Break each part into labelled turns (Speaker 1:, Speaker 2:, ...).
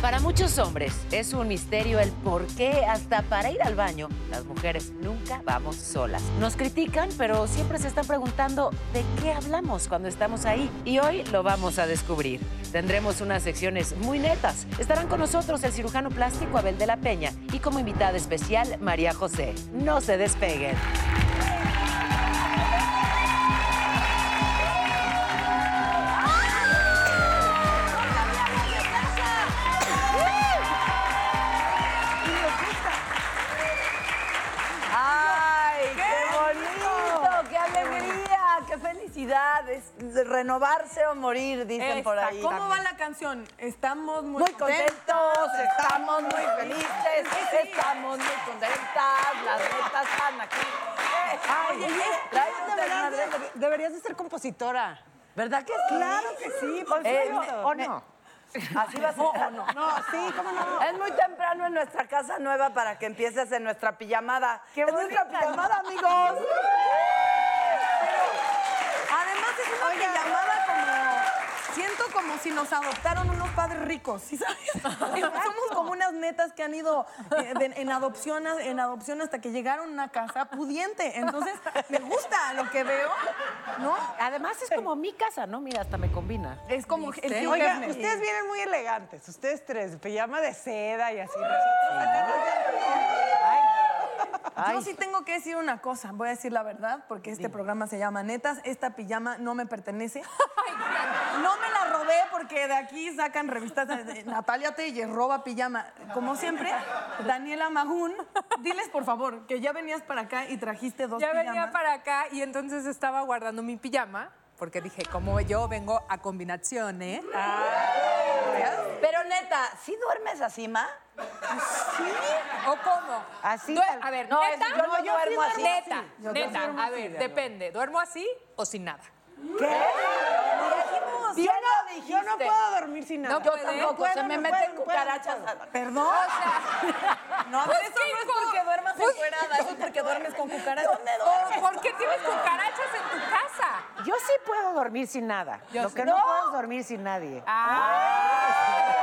Speaker 1: Para muchos hombres es un misterio el por qué hasta para ir al baño las mujeres nunca vamos solas. Nos critican, pero siempre se están preguntando de qué hablamos cuando estamos ahí. Y hoy lo vamos a descubrir. Tendremos unas secciones muy netas. Estarán con nosotros el cirujano plástico Abel de la Peña y como invitada especial María José. No se despeguen.
Speaker 2: ¡Ay, qué,
Speaker 3: bonito! ¡Qué alegría! ¡Qué felicidad! Es renovarse o morir, dicen por
Speaker 2: Esta,
Speaker 3: ahí.
Speaker 2: ¿Cómo va la canción? Estamos muy,
Speaker 3: Muy contentos, estamos muy felices, estamos muy contentas, las netas están aquí.
Speaker 2: Ay, oye,
Speaker 3: Trae
Speaker 2: tú
Speaker 3: un
Speaker 2: deberías de-
Speaker 3: desmadre.
Speaker 2: deberías de ser compositora.
Speaker 3: ¿Verdad que sí?
Speaker 2: Claro que sí, por
Speaker 3: Eh,
Speaker 2: supuesto.
Speaker 3: ¿O no? Así va a ser. no.
Speaker 2: No, sí, ¿cómo no?
Speaker 3: Es muy temprano en nuestra casa nueva para que empieces en nuestra pijamada.
Speaker 2: Qué
Speaker 3: es nuestra
Speaker 2: bonita.
Speaker 3: pijamada, amigos.
Speaker 2: Además es una llamada como... Siento como si nos adoptaron unos padres ricos, ¿sí sabes? Somos como unas netas que han ido eh, de- en, adopción, a- en adopción hasta que llegaron a una casa pudiente. Entonces, me gusta lo que veo, ¿no?
Speaker 1: Además es como mi casa, ¿no? Mira, hasta me combina.
Speaker 2: Es como el Hugh
Speaker 4: Oigan,
Speaker 2: Hefner.
Speaker 4: ustedes vienen muy elegantes, ustedes tres, pijama de seda y así. Nosotros acá nos-
Speaker 2: Yo sí tengo que decir una cosa, voy a decir la verdad, porque este programa se llama Netas, esta pijama no me pertenece. No me la robé porque de aquí sacan revistas de- de Natalia Telles roba pijama. Como siempre, Daniela Magún, diles por favor que ya venías para acá y trajiste dos
Speaker 5: Ya
Speaker 2: pijamas.
Speaker 5: venía para acá y entonces estaba guardando mi pijama porque dije, como yo vengo a ¿eh? combinaciones.
Speaker 3: Ah. Pero neta, ¿sí duermes así, ma?
Speaker 5: ¿O cómo?
Speaker 3: Así,
Speaker 5: Due-
Speaker 3: tal-
Speaker 5: a ver,
Speaker 3: no,
Speaker 5: neta,
Speaker 3: es- yo no, yo sí duermo así.
Speaker 5: Neta,
Speaker 3: Yo no
Speaker 5: neta,
Speaker 3: duermo
Speaker 5: a ver, depende, ¿duermo así o sin nada?
Speaker 3: ¿Qué?
Speaker 4: Yo no, yo no puedo dormir sin nada.
Speaker 5: No puedes.
Speaker 3: Tampoco,
Speaker 5: puedo,
Speaker 3: se me
Speaker 4: no
Speaker 3: meten
Speaker 4: puedo, no puedo,
Speaker 3: cucarachas.
Speaker 2: Perdón.
Speaker 3: No,
Speaker 5: Pues,
Speaker 3: pero eso no
Speaker 5: ¿qué
Speaker 3: es porque
Speaker 5: co-
Speaker 3: duermas
Speaker 5: pues-
Speaker 3: encuerada, eso es porque duermes con cucarachas. ¿Dónde
Speaker 5: ¿O por qué tienes cucarachas en tu casa?
Speaker 1: Yo sí puedo dormir sin nada.
Speaker 5: Yo
Speaker 1: lo
Speaker 5: sí.
Speaker 1: que no,
Speaker 5: No.
Speaker 1: puedo es dormir sin nadie.
Speaker 4: Ah.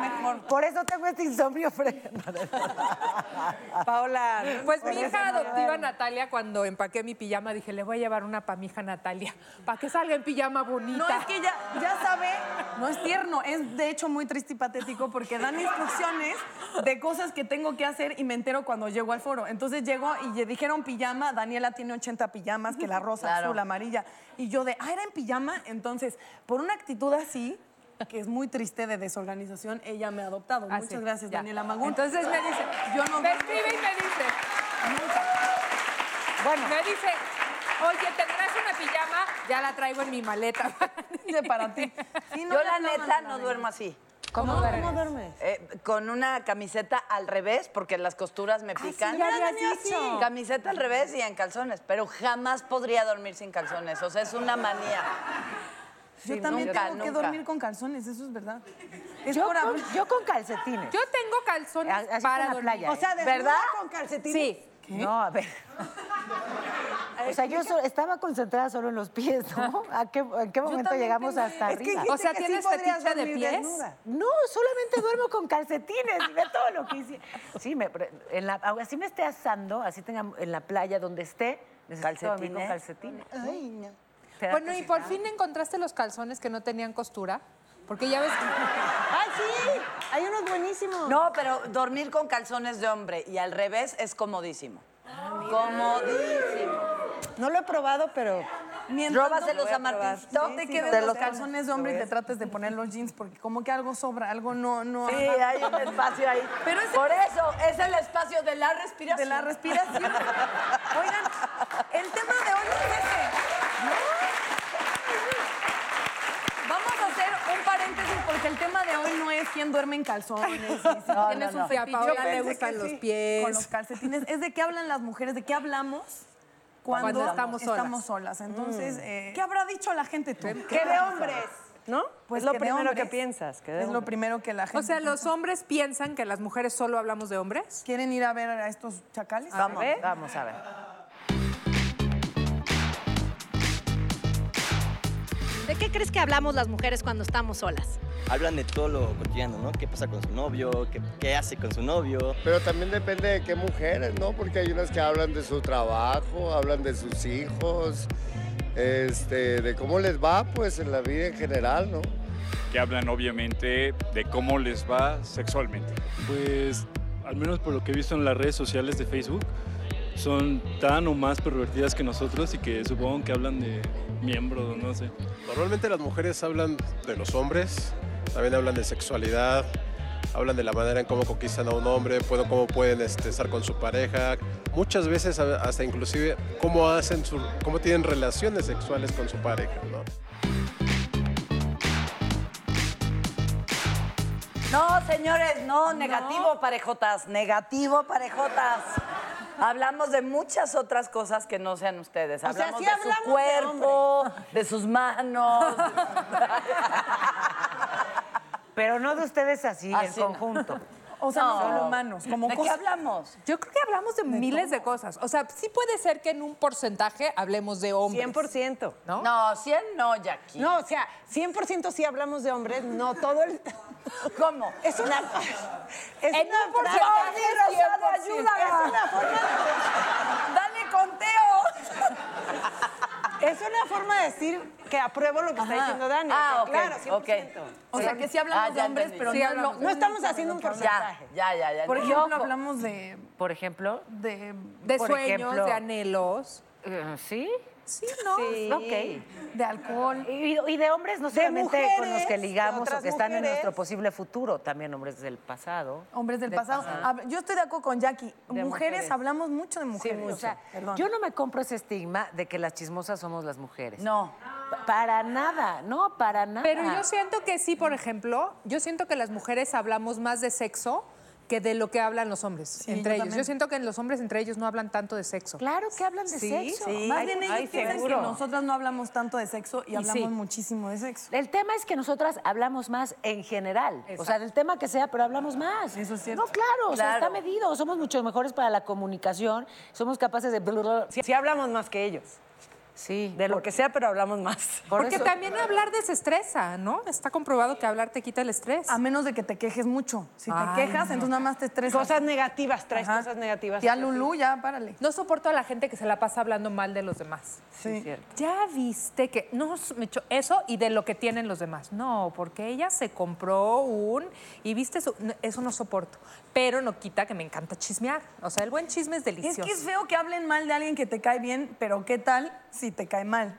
Speaker 3: mejor.
Speaker 1: Por eso tengo este insomnio fregado.
Speaker 4: Paola,
Speaker 5: Pues mi hija adoptiva Natalia, cuando empaqué mi pijama, dije, le voy a llevar una pa' mi hija Natalia, para que salga en pijama bonita.
Speaker 2: No, es que ya, ya sabe, no es tierno, es de hecho muy triste y patético porque dan instrucciones de cosas que tengo que hacer y me entero cuando llego al foro. Entonces llego y le dijeron pijama, Daniela tiene 80 pijamas, que la rosa,
Speaker 3: Claro.
Speaker 2: azul, amarilla. Y yo de, ah, era en pijama. Entonces, por una actitud así, que es muy triste de desorganización, ella me ha adoptado.
Speaker 5: Ah,
Speaker 2: Muchas
Speaker 5: sí,
Speaker 2: gracias,
Speaker 5: ya.
Speaker 2: Daniela Magún.
Speaker 5: Entonces me dice,
Speaker 2: yo no
Speaker 5: me
Speaker 2: duermo
Speaker 5: escribe y
Speaker 2: sin-
Speaker 5: me dice,
Speaker 1: Bueno,
Speaker 5: me dice, oye, ¿tendrás una pijama? Ya la traigo en mi maleta.
Speaker 2: Dice para ti. Sí, no,
Speaker 3: Yo
Speaker 2: no,
Speaker 3: la
Speaker 2: no, no,
Speaker 3: neta
Speaker 2: no, no.
Speaker 3: no duermo así.
Speaker 5: ¿Cómo, duermes?
Speaker 3: Eh, con una camiseta al revés, porque las costuras me pican.
Speaker 2: Ah, ya habías dicho.
Speaker 3: Camiseta al revés y en calzones, pero jamás podría dormir sin calzones. O sea, es una manía.
Speaker 2: Yo
Speaker 3: Sí,
Speaker 2: también
Speaker 3: nunca,
Speaker 2: tengo que
Speaker 3: nunca.
Speaker 2: dormir con calzones, eso es verdad. Es
Speaker 1: yo
Speaker 2: por
Speaker 1: con,
Speaker 2: abrir-
Speaker 1: yo con calcetines.
Speaker 5: Yo tengo calzones
Speaker 1: Así está
Speaker 5: para
Speaker 1: la
Speaker 5: dormir.
Speaker 1: playa,
Speaker 4: o sea, desnuda
Speaker 3: ¿Verdad?
Speaker 4: con calcetines.
Speaker 5: Sí.
Speaker 1: No, a ver. O sea, yo so- estaba concentrada solo en los pies, ¿no? ¿A qué, en qué momento
Speaker 4: también
Speaker 1: llegamos
Speaker 4: tengo-
Speaker 1: hasta
Speaker 4: Es que
Speaker 1: arriba?
Speaker 4: dijiste
Speaker 5: O sea,
Speaker 4: que sí
Speaker 5: ¿tienes
Speaker 4: podrías
Speaker 5: fetiche de
Speaker 4: dormir
Speaker 5: pies?
Speaker 4: desnuda.
Speaker 1: No, solamente duermo con calcetines y ve todo lo que hice. Sí, me, pre- en la, así me esté asando, así tenga en la playa donde esté, necesito dormir con calcetines. Te da
Speaker 5: Bueno, y por fin encontraste los calzones que no tenían costura. Porque ya ves que...
Speaker 4: ¡Ay, sí! Hay unos buenísimos.
Speaker 3: No, pero dormir con calzones de hombre y al revés es comodísimo. Comodísimo.
Speaker 4: No lo he probado, pero...
Speaker 2: Mientras
Speaker 3: Róbaselos
Speaker 2: no,
Speaker 3: a Martito.
Speaker 2: no te quedes los calzones de hombre y te trates de poner los jeans porque como que algo sobra, algo no, no.
Speaker 3: Sí, hay un espacio ahí.
Speaker 2: Pero ese-
Speaker 3: Por eso es el espacio de la respiración.
Speaker 2: de la respiración. Oigan, el tema de hoy es ese. Vamos a hacer un paréntesis porque el tema de hoy no es quién duerme en calzones, y si tienes un
Speaker 5: no.
Speaker 2: fetiche
Speaker 5: A Paola
Speaker 2: con
Speaker 5: le
Speaker 2: los-
Speaker 5: gustan
Speaker 2: que
Speaker 5: los
Speaker 2: sí,
Speaker 5: pies.
Speaker 2: con los calcetines, es de qué hablan las mujeres, de qué hablamos cuando,
Speaker 5: Cuando estamos solas.
Speaker 2: solas. Entonces, eh, ¿qué habrá dicho la gente tú?
Speaker 4: Que de hombres, ¿no?
Speaker 2: Pues
Speaker 4: es lo
Speaker 2: que de
Speaker 4: primero que
Speaker 2: hombres.
Speaker 4: piensas. Que de
Speaker 2: es lo
Speaker 4: hombres.
Speaker 2: primero que la gente
Speaker 5: O sea, los hombres piensan que las mujeres solo hablamos de hombres.
Speaker 2: quieren ir a ver a estos chacales.
Speaker 1: Vamos,
Speaker 4: ver.
Speaker 1: vamos a ver.
Speaker 6: ¿De qué crees que hablamos las mujeres cuando estamos solas?
Speaker 7: Hablan de todo lo cotidiano, ¿no? ¿Qué pasa con su novio? ¿Qué, qué hace con su novio?
Speaker 8: Pero también depende de qué mujeres, ¿no? Porque hay unas que hablan de su trabajo, hablan de sus hijos, este, de cómo les va, pues, en la vida en general, ¿no?
Speaker 9: que hablan obviamente de cómo les va sexualmente.
Speaker 10: Pues, al menos por lo que he visto en las redes sociales de Facebook, son tan o más pervertidas que nosotros y que supongo que hablan de miembros, no sé.
Speaker 11: Normalmente las mujeres hablan de los hombres, también hablan de sexualidad, hablan de la manera en cómo conquistan a un hombre, puedo- cómo pueden este, estar con su pareja, muchas veces a- hasta inclusive cómo hacen su, cómo tienen relaciones sexuales con su pareja, ¿no?
Speaker 3: No, señores, no, negativo, parejotas, negativo, parejotas. Hablamos de muchas otras cosas que no sean ustedes.
Speaker 2: sea,
Speaker 3: Hablamos
Speaker 2: sí
Speaker 3: de
Speaker 2: hablamos
Speaker 3: su
Speaker 2: de
Speaker 3: cuerpo, de, sus manos.
Speaker 1: Pero no de ustedes así,
Speaker 3: Así
Speaker 1: en
Speaker 3: no.
Speaker 1: conjunto.
Speaker 2: O sea, no,
Speaker 3: No.
Speaker 2: solo humanos, como
Speaker 3: ¿De qué
Speaker 2: cosas.
Speaker 3: hablamos?
Speaker 5: Yo creo que hablamos de, miles de cosas. O sea, sí puede ser que en un porcentaje hablemos de hombres.
Speaker 4: 100%.
Speaker 5: ¿No?
Speaker 3: No, 100 no, Jackie.
Speaker 4: No, o sea, 100% sí hablamos de hombres, no todo el...
Speaker 3: ¿Cómo?
Speaker 4: Es una... Es
Speaker 3: En
Speaker 4: una
Speaker 3: un
Speaker 4: forma...
Speaker 3: porcentaje,
Speaker 4: ¡Ay, Rosado,
Speaker 3: 100%.
Speaker 4: ayúdala! Es una forma...
Speaker 3: Dale conteo.
Speaker 4: Es una forma de decir que apruebo lo que está diciendo Dani.
Speaker 3: Ah,
Speaker 4: o
Speaker 3: ok,
Speaker 4: sea, claro, 100%.
Speaker 3: ok.
Speaker 2: O sea, que sí hablamos
Speaker 3: Ah,
Speaker 2: de
Speaker 3: ya
Speaker 2: hombres,
Speaker 3: entendí.
Speaker 2: pero
Speaker 5: Sí,
Speaker 2: no, es
Speaker 5: hablamos
Speaker 2: lo
Speaker 5: de-
Speaker 4: No estamos haciendo un
Speaker 3: Ya,
Speaker 4: porcentaje.
Speaker 3: ya, ya, ya.
Speaker 2: Por
Speaker 3: Y
Speaker 2: ejemplo,
Speaker 3: ojo,
Speaker 2: hablamos de,
Speaker 1: Por ejemplo,
Speaker 2: de...
Speaker 5: De
Speaker 1: Por
Speaker 5: sueños,
Speaker 1: ejemplo.
Speaker 5: de anhelos.
Speaker 1: eh, ¿sí?
Speaker 2: Sí, ¿no?
Speaker 1: Ok.
Speaker 2: De alcohol.
Speaker 1: Y, y de hombres, no solamente con los que
Speaker 4: mujeres, de
Speaker 1: ligamos o
Speaker 4: otras
Speaker 1: que están en
Speaker 4: mujeres.
Speaker 1: nuestro posible futuro, también hombres del pasado.
Speaker 2: Hombres del
Speaker 1: Del
Speaker 2: pasado.
Speaker 1: pasado. Ah,
Speaker 2: A ver, Yo estoy de acuerdo con Jackie. Mujeres,
Speaker 1: mujeres.
Speaker 2: hablamos mucho de mujeres.
Speaker 1: O sea,
Speaker 2: perdón.
Speaker 1: yo no me compro ese estigma de que las chismosas somos las mujeres.
Speaker 3: No.
Speaker 1: Pa- Para nada, no, para nada.
Speaker 5: Pero yo siento que sí, por ejemplo, yo siento que las mujeres hablamos más de sexo que de lo que hablan los hombres entre
Speaker 2: yo
Speaker 5: ellos.
Speaker 2: también.
Speaker 5: Yo siento que los hombres entre ellos no hablan tanto de sexo.
Speaker 1: Claro que hablan de sexo.
Speaker 2: Más
Speaker 1: Ay,
Speaker 2: bien ellos
Speaker 1: ay,
Speaker 2: piensan que
Speaker 1: seguro.
Speaker 2: nosotras no hablamos tanto de sexo y,
Speaker 5: Y
Speaker 2: hablamos
Speaker 5: sí.
Speaker 2: muchísimo de sexo.
Speaker 1: El tema es que nosotras hablamos más en general. O sea, del tema que sea, pero hablamos más.
Speaker 2: Eso es cierto.
Speaker 1: No, claro, o sea,
Speaker 3: Claro.
Speaker 1: está medido. Somos mucho mejores para la comunicación. Somos capaces de.
Speaker 4: Sí, sí hablamos más que ellos.
Speaker 1: Sí.
Speaker 4: De lo que sea, pero hablamos más.
Speaker 1: Por
Speaker 5: Porque
Speaker 1: eso-
Speaker 5: también hablar desestresa, ¿no? Está comprobado que hablar te quita el estrés.
Speaker 2: A menos de que te quejes mucho. Si te
Speaker 5: Ay,
Speaker 2: quejas,
Speaker 5: no.
Speaker 2: entonces nada más te estresas.
Speaker 4: Cosas negativas, traes
Speaker 2: Ajá.
Speaker 4: cosas negativas.
Speaker 2: Tía Lulú, ya, párale.
Speaker 5: No soporto a la gente que se la pasa hablando mal de los demás.
Speaker 2: Sí.
Speaker 5: Ya viste que no s- me cho- eso y de lo que tienen los demás. No, porque ella se compró un y viste su- no, eso no soporto. Pero no quita que me encanta chismear. O sea, el buen chisme es
Speaker 2: Es
Speaker 5: delicioso.
Speaker 2: que es feo que hablen mal de alguien que te cae bien, pero ¿qué tal si te cae mal?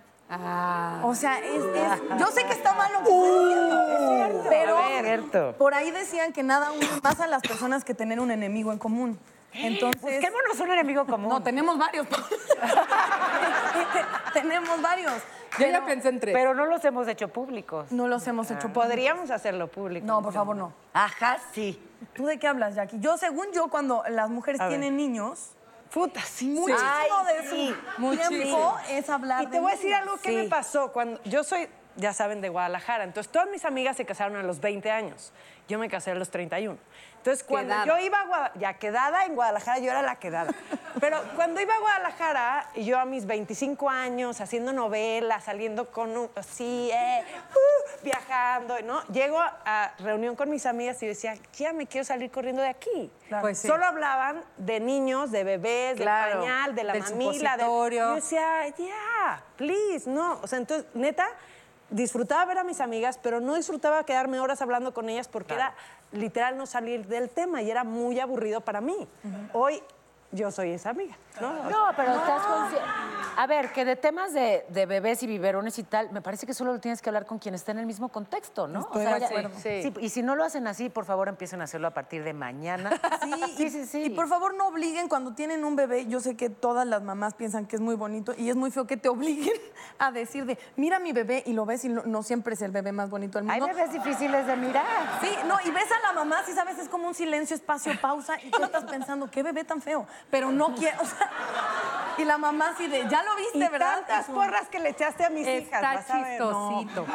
Speaker 2: O sea, es, es- yo sé que está mal lo que estoy diciendo, pero
Speaker 1: Cierto.
Speaker 2: por ahí decían que nada une más a las personas que tener un enemigo en común. Entonces,
Speaker 5: Pues
Speaker 1: Busquémonos un enemigo común.
Speaker 2: no, tenemos varios. tenemos varios.
Speaker 5: Yo ya pensé en tres.
Speaker 1: Pero no los hemos hecho públicos.
Speaker 2: No los hemos hecho.
Speaker 4: Podríamos hacerlo público.
Speaker 2: No, por favor, no.
Speaker 3: Ajá, sí.
Speaker 2: ¿Tú de qué hablas, Jackie? Yo, según yo, cuando las mujeres tienen niños,
Speaker 4: Puta, sí.
Speaker 2: muchísimo
Speaker 3: Ay,
Speaker 2: de
Speaker 3: sí,
Speaker 2: su
Speaker 5: muchísimo.
Speaker 2: tiempo es hablar
Speaker 4: Y
Speaker 2: de
Speaker 4: te voy a decir
Speaker 2: niños.
Speaker 4: algo que me pasó cuando yo soy, ya saben, de Guadalajara. Entonces, todas mis amigas se casaron a los 20 años. Yo me casé a los 31. Entonces, cuando
Speaker 5: Quedada.
Speaker 4: yo iba a Guadalajara, ya quedada en Guadalajara, yo era la quedada. Pero cuando iba a Guadalajara, y yo a mis 25 años, haciendo novelas, saliendo con un, así, eh, uh, viajando, ¿no? Llego a reunión con mis amigas y decía, ya me quiero salir corriendo de aquí.
Speaker 5: Claro. Pues sí.
Speaker 4: Solo hablaban de niños, de bebés,
Speaker 5: Claro.
Speaker 4: del pañal, de la
Speaker 5: Del
Speaker 4: mamila. de-
Speaker 5: supositorio.
Speaker 4: Yo decía, ya, please, no. O sea, entonces, neta, disfrutaba ver a mis amigas, pero no disfrutaba quedarme horas hablando con ellas porque era literal no salir del tema y era muy aburrido para mí. Hoy yo soy esa amiga, ¿no?
Speaker 1: No, pero estás consciente. A ver, que de temas de, de bebés y biberones y tal, me parece que solo lo tienes que hablar con quien está en el mismo contexto,
Speaker 12: Pues
Speaker 1: ¿no?
Speaker 2: Estoy de
Speaker 1: ya-
Speaker 2: acuerdo.
Speaker 1: sí, Y si no lo hacen así, por favor, empiecen a hacerlo a partir de mañana.
Speaker 2: Sí, y- Y por favor no obliguen cuando tienen un bebé. Yo sé que todas las mamás piensan que es muy bonito y es muy feo que te obliguen a decir de, mira mi bebé y lo ves y no, no siempre es el bebé más bonito del
Speaker 1: Hay
Speaker 2: mundo.
Speaker 1: bebés difíciles de mirar.
Speaker 2: Sí, no, y ves a la mamá, si sabes, es como un silencio, espacio, pausa, y tú estás pensando, qué bebé tan feo, pero no quiero, o sea, y la mamá así de, ya lo viste,
Speaker 4: Y
Speaker 2: ¿verdad?
Speaker 4: tantas
Speaker 2: Su-
Speaker 4: porras que le echaste a mis hijas,
Speaker 5: Está
Speaker 4: vas a ver, ¿no?
Speaker 5: chistosito.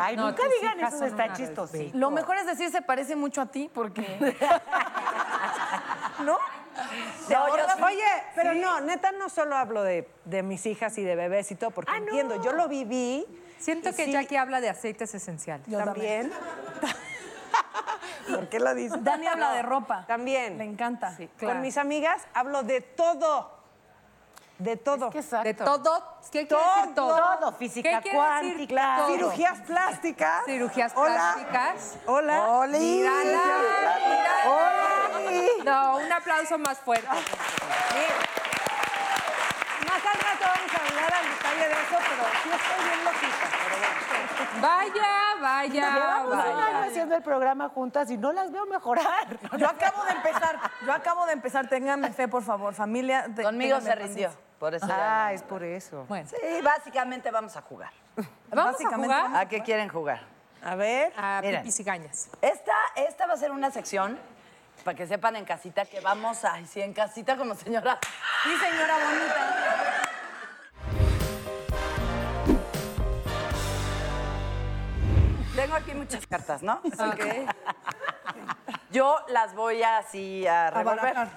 Speaker 1: Ay,
Speaker 5: No,
Speaker 1: nunca
Speaker 5: tus
Speaker 1: digan
Speaker 5: hijas
Speaker 1: eso,
Speaker 5: son
Speaker 1: está
Speaker 5: una
Speaker 1: chistosito.
Speaker 2: Lo mejor es decir, se parece mucho a ti, porque... ¿No?
Speaker 4: No, yo- oye, Ah, pero no, neta, no solo hablo de, de mis hijas y de bebés y todo, porque entiendo, yo lo viví
Speaker 5: Siento que Jackie habla de aceites esenciales.
Speaker 4: también. ¿Por qué lo dices?
Speaker 2: Dani habla de
Speaker 4: ropa. También. Le
Speaker 2: encanta.
Speaker 5: claro.
Speaker 4: Con mis amigas hablo de todo. De todo.
Speaker 5: De todo. ¿Qué
Speaker 4: todo,
Speaker 5: quiere decir todo?
Speaker 4: Todo,
Speaker 5: ¿Qué
Speaker 4: física
Speaker 5: quiere decir
Speaker 4: cuántica.
Speaker 5: todo?
Speaker 4: Cirugías plásticas.
Speaker 5: Cirugías
Speaker 4: Hola.
Speaker 5: plásticas.
Speaker 4: Hola. Oli.
Speaker 5: Mírala, mírala. No, un aplauso más fuerte.
Speaker 4: Más al rato vamos a hablar al detalle de eso, pero sí estoy bien loquita. Pero bueno.
Speaker 5: Vaya, vaya.
Speaker 12: Llevamos un
Speaker 5: vaya.
Speaker 12: año haciendo el programa juntas y no las veo mejorar.
Speaker 2: Yo acabo de empezar, yo acabo de empezar. Ténganme fe, por favor, familia. te-
Speaker 3: Conmigo
Speaker 2: ténganme
Speaker 3: se rindió.
Speaker 2: paciencia.
Speaker 3: Por eso
Speaker 2: Ah,
Speaker 3: es por eso.
Speaker 5: Bueno.
Speaker 3: Sí, básicamente vamos a jugar.
Speaker 5: ¿Vamos a jugar?
Speaker 3: ¿A qué quieren jugar?
Speaker 4: A ver.
Speaker 5: A
Speaker 3: Miren.
Speaker 5: pipis y gañas.
Speaker 3: Esta, esta va a ser una sección, para que sepan en casita, que vamos a... Sí, en casita como señora.
Speaker 2: Sí, señora bonita.
Speaker 3: Tengo aquí muchas cartas, ¿no? Así que- Yo las voy así a revolver.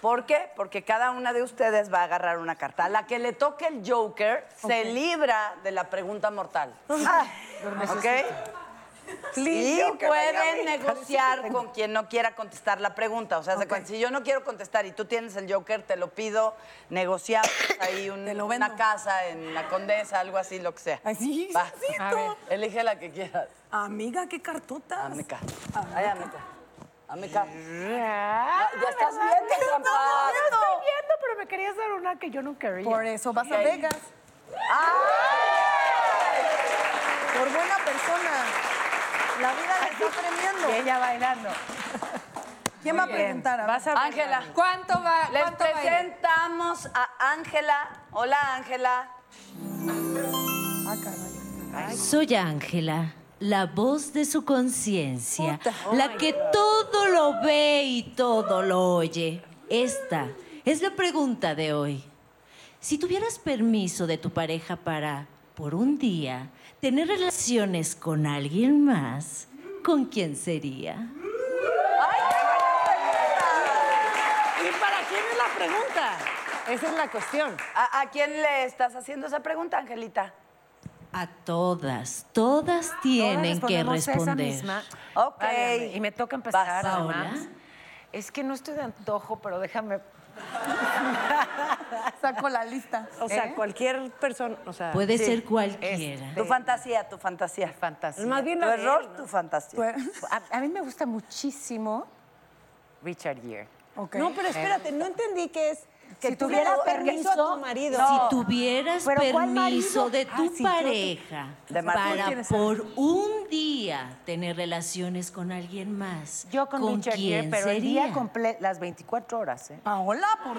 Speaker 3: ¿Por qué? Porque cada una de ustedes va a agarrar una carta. A la que le toque el Joker se libra de la pregunta mortal.
Speaker 2: Ah.
Speaker 3: Ah, ¿Ok?
Speaker 4: Please,
Speaker 3: y
Speaker 4: Joker,
Speaker 3: pueden
Speaker 4: venga,
Speaker 3: negociar con quien no quiera contestar la pregunta. O sea, se cuenta, si yo no quiero contestar y tú tienes el Joker, te lo pido, negociamos ahí un- una casa en la Condesa, algo así, lo que sea.
Speaker 2: Así,
Speaker 3: Va.
Speaker 2: sí,
Speaker 3: A
Speaker 2: tú.
Speaker 3: ver, Elige la que quieras.
Speaker 2: Amiga, qué cartota.
Speaker 3: Amica. Ay, amica. Amica.
Speaker 2: Ah,
Speaker 3: Ya, ya estás viendo, trampa.
Speaker 12: Yo estoy viendo, pero me querías dar una que yo no quería.
Speaker 2: Por eso vas a
Speaker 12: Ok.
Speaker 2: Vegas. Por buena persona. La vida la está premiando.
Speaker 12: Y ella bailando.
Speaker 2: ¿Quién va a preguntar? A ver.
Speaker 3: Ángela.
Speaker 5: ¿Cuánto va?
Speaker 3: Les
Speaker 5: cuánto va a ir?
Speaker 3: presentamos a Ángela. Hola, Ángela.
Speaker 13: Soy Ángela, la voz de su conciencia, la que todo lo ve y todo lo oye. Esta es la pregunta de hoy. Si tuvieras permiso de tu pareja para, por un día, tener relaciones con alguien más, ¿con quién sería?
Speaker 12: ¿Y para quién es la pregunta? Esa es la cuestión.
Speaker 3: ¿A, a quién le estás haciendo esa pregunta, Angelita?
Speaker 13: A todas, todas tienen que
Speaker 12: respondemos esa
Speaker 13: responder.
Speaker 12: misma.
Speaker 3: Ok.
Speaker 12: Válgame, y me toca empezar,
Speaker 13: Vas.
Speaker 12: además.
Speaker 13: Paola.
Speaker 12: Es que no estoy de antojo, pero déjame...
Speaker 2: Saco la lista.
Speaker 4: O sea,
Speaker 12: ¿Eh?
Speaker 4: cualquier persona. O sea,
Speaker 13: Puede
Speaker 4: sí.
Speaker 13: ser cualquiera.
Speaker 3: Tu fantasía, tu fantasía.
Speaker 12: Fantasía.
Speaker 4: Más bien
Speaker 3: tu
Speaker 4: la de
Speaker 3: error,
Speaker 4: él, ¿no?
Speaker 3: tu fantasía.
Speaker 2: Pues,
Speaker 12: A, a mí me gusta muchísimo Richard Gere.
Speaker 4: No, pero espérate, no entendí que es. Que
Speaker 12: Si
Speaker 4: tuvieras
Speaker 12: tuvieras
Speaker 4: permiso a tu
Speaker 12: permiso-
Speaker 4: marido.
Speaker 12: No.
Speaker 13: Si tuvieras
Speaker 12: Pero ¿cuál marido?
Speaker 13: permiso de
Speaker 12: Ah,
Speaker 13: tu
Speaker 12: sí, yo-
Speaker 13: pareja
Speaker 12: De marido. ¿Tú
Speaker 13: para
Speaker 12: quieres ser?
Speaker 13: por un día tener relaciones con alguien más,
Speaker 12: Yo con, Richard Gere,
Speaker 13: quién
Speaker 12: pero el
Speaker 13: sería?
Speaker 12: día completo, las 24 horas, ¿eh?
Speaker 2: Paola, por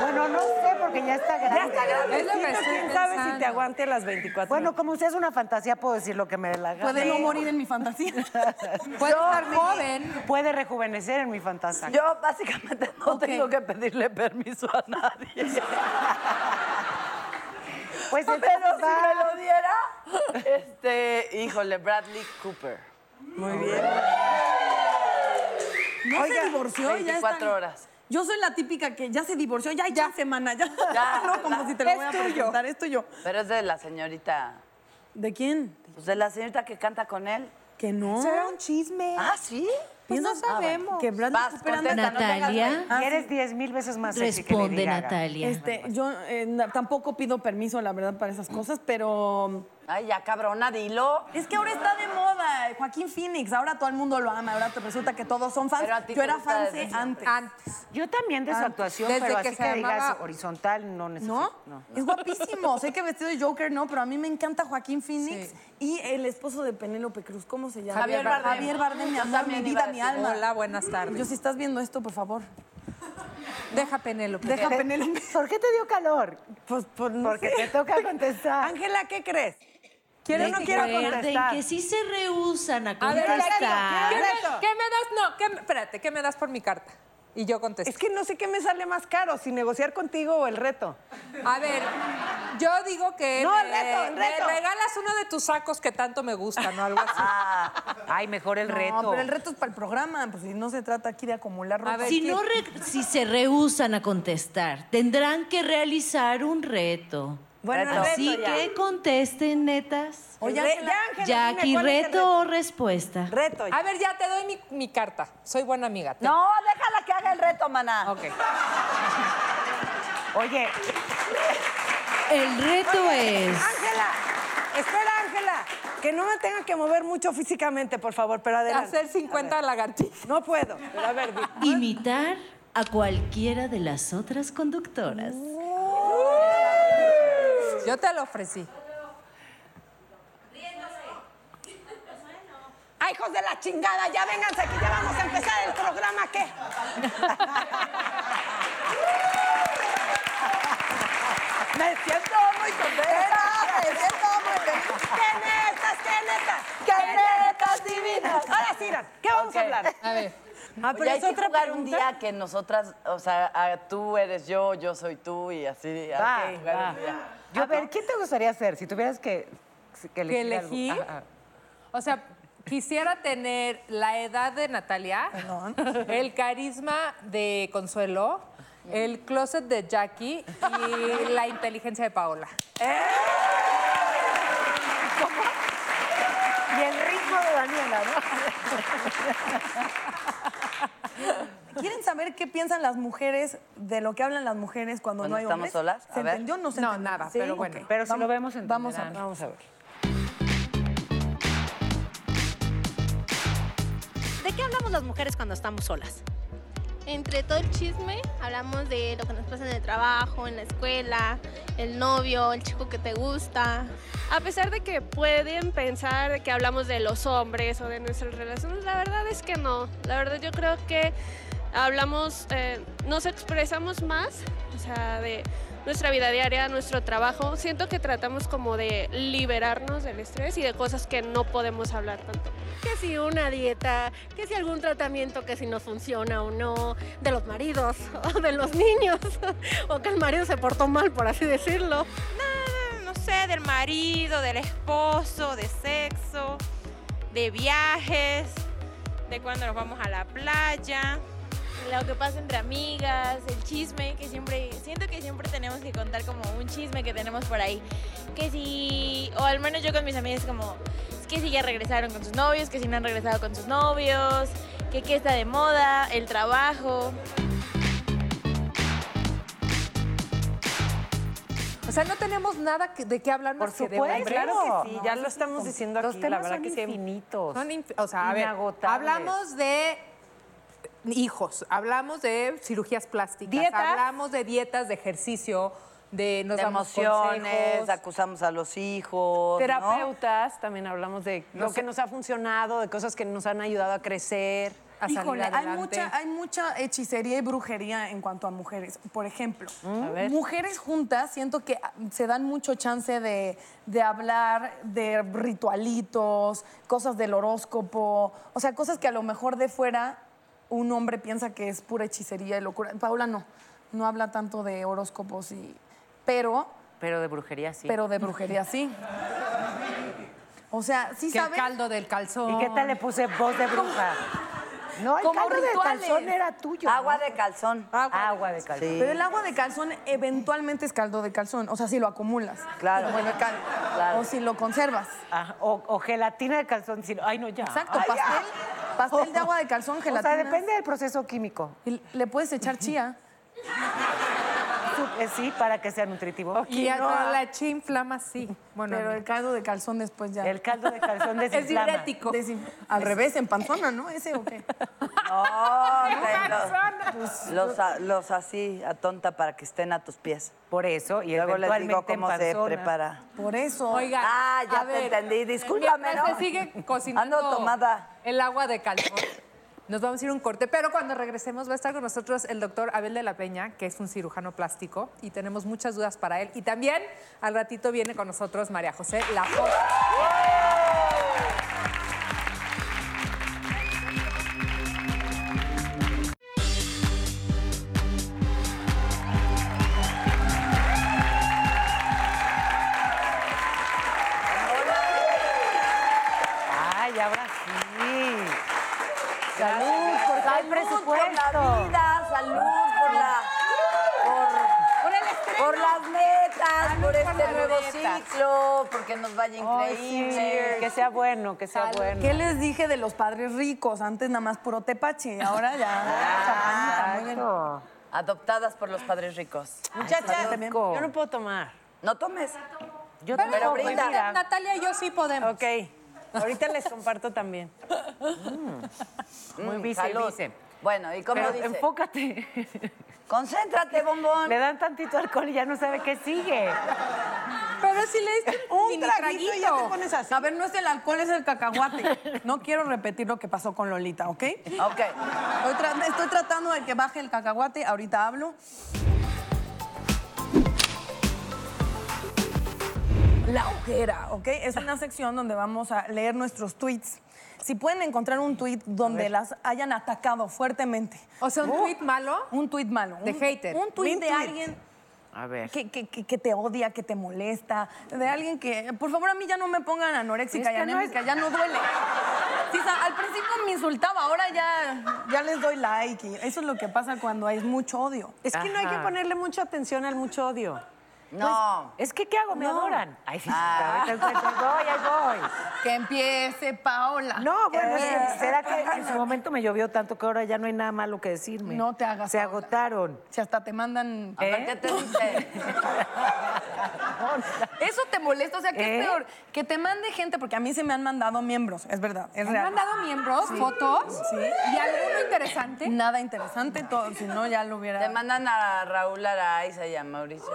Speaker 12: Bueno, no sé, porque ya está grande.
Speaker 4: Ya está grande.
Speaker 5: Es lo que
Speaker 4: ¿Quién
Speaker 5: estoy
Speaker 4: sabe si te
Speaker 5: pensando.
Speaker 4: aguante las 24
Speaker 12: Bueno, como usted es una fantasía, puedo decir lo que me dé la gana.
Speaker 2: Puede no morir en mi fantasía.
Speaker 5: Puede estar joven.
Speaker 12: Puede rejuvenecer en mi fantasía.
Speaker 3: Yo básicamente no tengo que pedirle permiso a nadie.
Speaker 12: pues
Speaker 3: Pero
Speaker 12: entonces
Speaker 3: si
Speaker 12: va.
Speaker 3: me lo diera, este, híjole, Bradley Cooper.
Speaker 4: Muy bien.
Speaker 2: No se divorció y ya está.
Speaker 3: 24 horas.
Speaker 2: Yo soy la típica que ya se divorció, ya hay ya semana, ya.
Speaker 3: Ya,
Speaker 2: no, como
Speaker 3: ya.
Speaker 2: si te lo
Speaker 3: Es
Speaker 2: voy a
Speaker 3: tuyo.
Speaker 2: presentar, es tuyo.
Speaker 3: Pero es de la señorita.
Speaker 2: ¿De quién?
Speaker 3: Pues de la señorita que canta con él.
Speaker 2: Que
Speaker 5: ¿Mm?
Speaker 2: no.
Speaker 4: Será un chisme.
Speaker 3: Ah, sí.
Speaker 5: Pues no
Speaker 2: Piensa- Ah, bueno.
Speaker 5: sabemos.
Speaker 2: Que Bradley
Speaker 3: Vas,
Speaker 2: Cooper anda-
Speaker 3: contesta, no te hagas
Speaker 13: Natalia.
Speaker 3: güey.
Speaker 2: Ah, sí.
Speaker 12: Eres 10 mil veces más sexy que Lady
Speaker 13: Responde
Speaker 12: Gaga.
Speaker 13: Natalia.
Speaker 2: Este, yo eh, na- tampoco pido permiso, la verdad, para esas cosas, pero
Speaker 3: Ay, ya cabrona, dilo.
Speaker 2: es que ahora está de moda. Joaquín Phoenix, ahora todo el mundo lo ama, ahora te resulta que todos son fans.
Speaker 3: Pero a ti
Speaker 2: Yo
Speaker 3: te
Speaker 2: era
Speaker 3: gusta
Speaker 2: fan
Speaker 3: desde
Speaker 2: antes.
Speaker 5: Antes.
Speaker 12: Yo también de su
Speaker 2: Ah,
Speaker 12: actuación,
Speaker 5: desde
Speaker 12: pero
Speaker 5: que
Speaker 12: así
Speaker 5: se
Speaker 12: que digas
Speaker 5: llamaba-
Speaker 12: horizontal no
Speaker 2: ¿No?
Speaker 12: necesito. No.
Speaker 2: Es guapísimo. sé que vestido de Joker no, pero a mí me encanta Joaquín Phoenix
Speaker 5: Sí.
Speaker 2: y el esposo de Penélope Cruz, ¿cómo se llama?
Speaker 3: Javier Bardem.
Speaker 2: Javier Bardem, mi
Speaker 3: Yo
Speaker 2: amor, mi
Speaker 3: también iba
Speaker 2: vida,
Speaker 3: a
Speaker 2: mi
Speaker 3: decir.
Speaker 2: alma.
Speaker 5: Hola, buenas
Speaker 2: Yo,
Speaker 5: tardes.
Speaker 2: si estás viendo esto, por favor,
Speaker 5: Deja Penélope.
Speaker 2: deja a Penélope.
Speaker 12: ¿Por qué te dio calor?
Speaker 2: Pues, pues, no
Speaker 12: Porque
Speaker 2: sé.
Speaker 12: te toca contestar.
Speaker 4: Ángela, ¿qué crees?
Speaker 13: Quiero
Speaker 4: ¿Quiero o no quiero contestar?
Speaker 13: que si se rehusan a
Speaker 5: A ver,
Speaker 13: contestar.
Speaker 5: ¿qué me, qué me das? No, ¿qué me- espérate, ¿qué me das por mi carta? Y yo contesto.
Speaker 4: Es que no sé qué me sale más caro, si negociar contigo o el reto.
Speaker 5: A ver, yo digo que
Speaker 4: No,
Speaker 5: me,
Speaker 4: el reto, el
Speaker 5: me
Speaker 4: reto.
Speaker 5: regalas uno de tus sacos que tanto me gustan o algo así.
Speaker 12: Ay, mejor el reto.
Speaker 2: Ah, No, pero el reto es para el programa, pues si no se trata aquí de acumular ropa.
Speaker 5: A ver,
Speaker 13: si,
Speaker 5: ¿qué?
Speaker 13: no re- si se rehusan a contestar, tendrán que realizar un reto.
Speaker 2: Bueno,
Speaker 3: Reto.
Speaker 13: Así
Speaker 3: Reto ya.
Speaker 13: que contesten, netas.
Speaker 5: Oye, Ángela. Ya, Ángela,
Speaker 13: Jackie,
Speaker 5: dime, ¿cuál es el
Speaker 13: ¿reto o respuesta?
Speaker 3: Reto.
Speaker 5: A ver, ya te doy mi, mi carta. Soy buena amiga. Ten.
Speaker 3: No, déjala que haga el reto, maná.
Speaker 5: Ok.
Speaker 3: Oye.
Speaker 13: El reto es.
Speaker 4: Ángela, espera, Ángela, que no me tenga que mover mucho físicamente, por favor, pero adelante.
Speaker 5: Hacer 50 lagartijas.
Speaker 4: No puedo, pero a ver, di.
Speaker 13: Imitar a cualquiera de las otras conductoras.
Speaker 5: Yo te lo ofrecí.
Speaker 4: ¡Ay, hijos de la chingada! Ya vénganse aquí, ya vamos a empezar el programa, ¿qué?
Speaker 3: Me siento muy contenta. Me siento muy feliz. ¡Qué netas, qué netas! ¡Qué netas divinas!
Speaker 4: Ahora sí, Irán, ¿qué vamos a hablar?
Speaker 5: A ver.
Speaker 4: Ah, pero
Speaker 3: Oye, hay
Speaker 4: es
Speaker 3: que
Speaker 4: otra
Speaker 3: jugar un
Speaker 4: pregunta.
Speaker 3: día que nosotras, o sea, ah, tú eres yo, yo soy tú y así. hay que
Speaker 1: Va,
Speaker 3: jugar un
Speaker 1: va.
Speaker 3: día.
Speaker 1: Yo, a ver, ¿quién te gustaría ser si tuvieras que, que
Speaker 5: ¿Que
Speaker 1: elegir? algo?
Speaker 5: elegí?
Speaker 1: Ajá.
Speaker 5: O sea, quisiera tener la edad de Natalia, el carisma de Consuelo, el closet de Jackie y la inteligencia de Paola.
Speaker 1: Y el ritmo de Daniela, ¿no?
Speaker 2: ¿Quieren saber qué piensan las mujeres de lo que hablan las mujeres cuando,
Speaker 3: Cuando
Speaker 2: no hay
Speaker 3: estamos
Speaker 2: hombres?
Speaker 3: solas, a
Speaker 2: ¿Se
Speaker 3: ver.
Speaker 2: entendió? No se
Speaker 5: No,
Speaker 2: entendió.
Speaker 5: nada,
Speaker 2: ¿Sí?
Speaker 5: pero
Speaker 2: Ok.
Speaker 5: bueno.
Speaker 1: Pero si
Speaker 2: Vamos-
Speaker 1: lo vemos, entenderán.
Speaker 2: Vamos a ver.
Speaker 1: Vamos a ver.
Speaker 14: ¿De qué hablamos las mujeres cuando estamos solas?
Speaker 15: Entre todo el chisme hablamos de lo que nos pasa en el trabajo, en la escuela, el novio, el chico que te gusta. A pesar de que pueden pensar que hablamos de los hombres o de nuestras relaciones, la verdad es que no. La verdad yo creo que hablamos, eh, nos expresamos más, o sea, de nuestra vida diaria, nuestro trabajo. Siento que tratamos como de liberarnos del estrés y de cosas que no podemos hablar tanto.
Speaker 16: Que si una dieta, que si algún tratamiento, que si nos funciona o no, de los maridos o de los niños, o que el marido se portó mal, por así decirlo.
Speaker 17: no sé, del marido, del esposo, de sexo, de viajes, de cuando nos vamos a la playa. Lo que pasa entre amigas, el chisme, que siempre, siento que siempre tenemos que contar como un chisme que tenemos por ahí. Que si, o al menos yo con mis amigas como, es que si ya regresaron con sus novios, que si no han regresado con sus novios, que qué está de moda, el trabajo.
Speaker 5: O sea, no tenemos nada que- de qué hablar más que de hombres.
Speaker 4: claro que sí, ya lo estamos diciendo
Speaker 5: Los
Speaker 4: aquí, la
Speaker 5: temas
Speaker 4: verdad
Speaker 5: son
Speaker 4: que sí. infinitos.
Speaker 5: Son inf- o sea, a ver,
Speaker 4: Inagotables.
Speaker 5: hablamos de hijos, hablamos de cirugías plásticas,
Speaker 3: Dietas.
Speaker 5: hablamos de dietas, de ejercicio, de nos
Speaker 3: De
Speaker 5: damos
Speaker 3: emociones,
Speaker 5: consejos.
Speaker 3: acusamos a los hijos. ¿no?
Speaker 4: Terapeutas, también hablamos de lo
Speaker 3: Nos-
Speaker 4: que nos ha funcionado, de cosas que nos han ayudado a crecer, a
Speaker 2: Híjole,
Speaker 4: salir
Speaker 2: hay
Speaker 4: adelante.
Speaker 2: mucha, hay mucha hechicería y brujería en cuanto a mujeres. Por ejemplo,
Speaker 4: A ver.
Speaker 2: mujeres juntas siento que ah, se dan mucho chance de, de hablar de ritualitos, cosas del horóscopo, o sea, cosas que a lo mejor de fuera un hombre piensa que es pura hechicería y locura. Paula no, no habla tanto de horóscopos y... Pero,
Speaker 1: Pero de brujería sí.
Speaker 2: pero de brujería sí. O sea, sí
Speaker 5: que el
Speaker 2: sabe...
Speaker 5: caldo del calzón.
Speaker 1: ¿Y qué tal le puse voz de bruja? No, el
Speaker 2: Como
Speaker 1: caldo
Speaker 2: rituales.
Speaker 1: de calzón era tuyo.
Speaker 3: Agua de calzón.
Speaker 1: Agua, de calzón.
Speaker 2: Pero el agua de calzón eventualmente es caldo de calzón. O sea, si lo acumulas.
Speaker 3: Claro.
Speaker 2: Bueno, el caldo. O si lo conservas.
Speaker 1: Ah, o, o gelatina de calzón. si no- Ay, no, ya.
Speaker 2: Exacto.
Speaker 1: Ah. Ay, ya.
Speaker 2: pastel, pastel de agua de calzón, gelatina.
Speaker 1: O sea, depende del proceso químico.
Speaker 2: Y le puedes echar chía.
Speaker 1: Tú- eh, Sí, para que sea nutritivo.
Speaker 5: Y a
Speaker 1: Quinoa.
Speaker 5: toda la chinflama sí. Bueno,
Speaker 2: Pero el caldo de calzón después ya.
Speaker 1: El caldo de calzón
Speaker 5: es
Speaker 1: desinflama.
Speaker 5: diurético.
Speaker 2: Desin- Al revés, en panzona, ¿no? ¿Ese o qué?
Speaker 3: No, te-
Speaker 5: Manzanas.
Speaker 3: los, los, a- los así, a tonta, para que estén a tus pies.
Speaker 1: Por eso, y
Speaker 3: Luego les digo
Speaker 1: eventualmente en
Speaker 3: cómo se
Speaker 1: panzona.
Speaker 3: prepara.
Speaker 2: Por eso.
Speaker 5: Oiga,
Speaker 3: Ah, ya
Speaker 5: a
Speaker 3: te
Speaker 5: ver,
Speaker 3: entendí. Discúlpame,
Speaker 5: mientras
Speaker 3: ¿no?
Speaker 5: se sigue cocinando
Speaker 3: Ando tomada.
Speaker 5: el agua de calzón. Nos vamos a ir a un corte, pero cuando regresemos va a estar con nosotros el doctor Abel de la Peña, que es un cirujano plástico, y tenemos muchas dudas para él. Y también al ratito viene con nosotros María José La
Speaker 1: Ay, ahora sí. Salud, porque hay
Speaker 3: Salud por la
Speaker 1: presupuesto.
Speaker 3: vida, salud por la. Por,
Speaker 5: Por el estrés.
Speaker 3: Por las metas, por
Speaker 4: por
Speaker 3: este
Speaker 4: las
Speaker 3: nuevo
Speaker 4: metas.
Speaker 3: ciclo, porque nos vaya increíble.
Speaker 4: Que sea bueno, que sea bueno.
Speaker 2: ¿Qué les dije de los padres ricos? Antes nada más puro tepache, ahora ya. chapañita, muy bien.
Speaker 3: Adoptadas por los padres ricos.
Speaker 4: Muchachas, yo no puedo tomar.
Speaker 3: No tomes.
Speaker 4: Yo
Speaker 3: Pero tampoco,
Speaker 5: pues
Speaker 3: brinda. mira.
Speaker 4: Natalia y yo sí podemos. Ok. Ahorita les comparto también. Muy
Speaker 3: Mm,
Speaker 4: vice,
Speaker 3: salud.
Speaker 4: vice.
Speaker 3: Bueno, ¿y cómo
Speaker 4: Pero
Speaker 3: dice?
Speaker 4: Enfócate.
Speaker 3: Concéntrate, bombón.
Speaker 1: Le dan tantito alcohol y ya no sabe qué sigue.
Speaker 4: Pero si le diste
Speaker 2: Un traguito y ya te pones así. A ver, no es el alcohol, es el cacahuate. No quiero repetir lo que pasó con Lolita, ¿ok?
Speaker 3: Ok.
Speaker 2: Estoy, tra- estoy tratando de que baje el cacahuate, ahorita hablo. La ojera, ¿ok? Es una sección donde vamos a leer nuestros tweets. Si pueden encontrar un tweet donde las hayan atacado fuertemente.
Speaker 5: O sea, un
Speaker 2: Oh.
Speaker 5: tuit malo.
Speaker 2: Un tweet malo.
Speaker 5: De
Speaker 2: un-
Speaker 5: hater.
Speaker 2: Un tweet
Speaker 5: Mean
Speaker 2: de
Speaker 5: tweet.
Speaker 2: alguien
Speaker 1: A ver.
Speaker 2: que, que- que- que te odia, que te molesta, de alguien que, por favor, a mí ya no me pongan anoréxica
Speaker 1: Es
Speaker 2: y
Speaker 1: que no es-
Speaker 2: anémica, ya no duele. Sí, o sea, al principio me insultaba, ahora ya, ya les doy like. y eso es lo que pasa cuando hay mucho odio.
Speaker 4: Es que no hay que
Speaker 1: Ajá.
Speaker 4: ponerle mucha atención al mucho odio.
Speaker 3: No.
Speaker 1: Es que, ¿qué hago? ¿Me
Speaker 4: No.
Speaker 1: adoran? Ay, sí,
Speaker 4: Ah.
Speaker 1: ahorita encuentro, ahí voy, ahí voy.
Speaker 2: Que empiece Paola.
Speaker 1: No, bueno, es
Speaker 4: Eh,
Speaker 1: que, será que en su momento me llovió tanto que ahora ya no hay nada malo que decirme.
Speaker 2: No te hagas.
Speaker 1: Se agotaron.
Speaker 2: Si hasta te mandan.
Speaker 4: ¿Eh?
Speaker 3: A
Speaker 1: eh?
Speaker 3: ver, ¿qué te dice?
Speaker 2: Eso te molesta, o sea, ¿qué
Speaker 1: ¿Eh?
Speaker 2: es peor? Que te mande gente, porque a mí se me han mandado miembros, es verdad, es
Speaker 5: ¿Te han
Speaker 2: real.
Speaker 5: mandado miembros,
Speaker 2: Sí.
Speaker 5: fotos
Speaker 2: Sí.
Speaker 5: y alguno interesante?
Speaker 2: Nada interesante, todo, si no ya lo hubiera.
Speaker 3: Te mandan a Raúl Araiza y a Mauricio.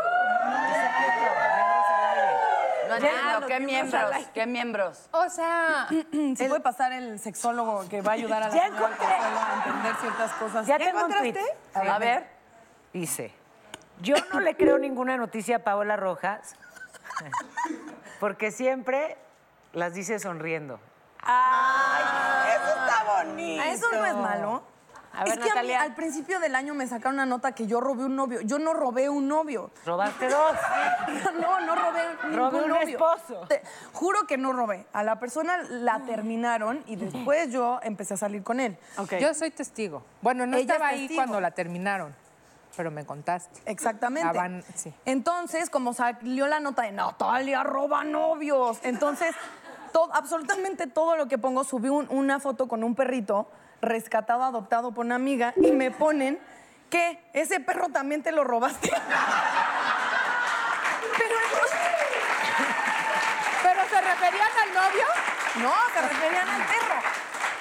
Speaker 3: No
Speaker 1: Ya,
Speaker 3: entiendo,
Speaker 1: los
Speaker 3: ¿qué
Speaker 1: miembros
Speaker 3: miembros?
Speaker 1: al aire.
Speaker 3: ¿Qué miembros?
Speaker 5: O sea,
Speaker 2: Si puede pasar el sexólogo que va a ayudar a la
Speaker 1: Ya
Speaker 2: señora
Speaker 1: encontré.
Speaker 2: a entender ciertas cosas.
Speaker 1: Ya tengo un tweet.
Speaker 3: A ver,
Speaker 1: Dice, yo no le creo ninguna noticia a Paola Rojas porque siempre las dice sonriendo.
Speaker 2: Ah, Eso no es malo.
Speaker 1: A ver,
Speaker 2: es que a mí,
Speaker 1: Natalia.
Speaker 2: al principio del año me sacaron una nota que yo robé un novio. Yo no robé un novio.
Speaker 1: Robaste dos.
Speaker 2: No, no robé ningún
Speaker 1: Robé un
Speaker 2: novio.
Speaker 1: esposo.
Speaker 2: Te- juro que no robé. A la persona la terminaron y después yo empecé a salir con él.
Speaker 5: yo soy testigo. Bueno, no
Speaker 2: Ella
Speaker 5: estaba
Speaker 2: es
Speaker 5: ahí
Speaker 2: testigo.
Speaker 5: cuando la terminaron, pero me contaste.
Speaker 2: Exactamente.
Speaker 5: La van- sí.
Speaker 2: Entonces, como salió la nota de Natalia roba novios, entonces to- absolutamente todo lo que pongo, subí un- una foto con un perrito rescatado, adoptado por una amiga y me ponen que ese perro también te lo robaste. Pero
Speaker 5: ¿Pero se referían al novio?
Speaker 2: No, se referían al perro.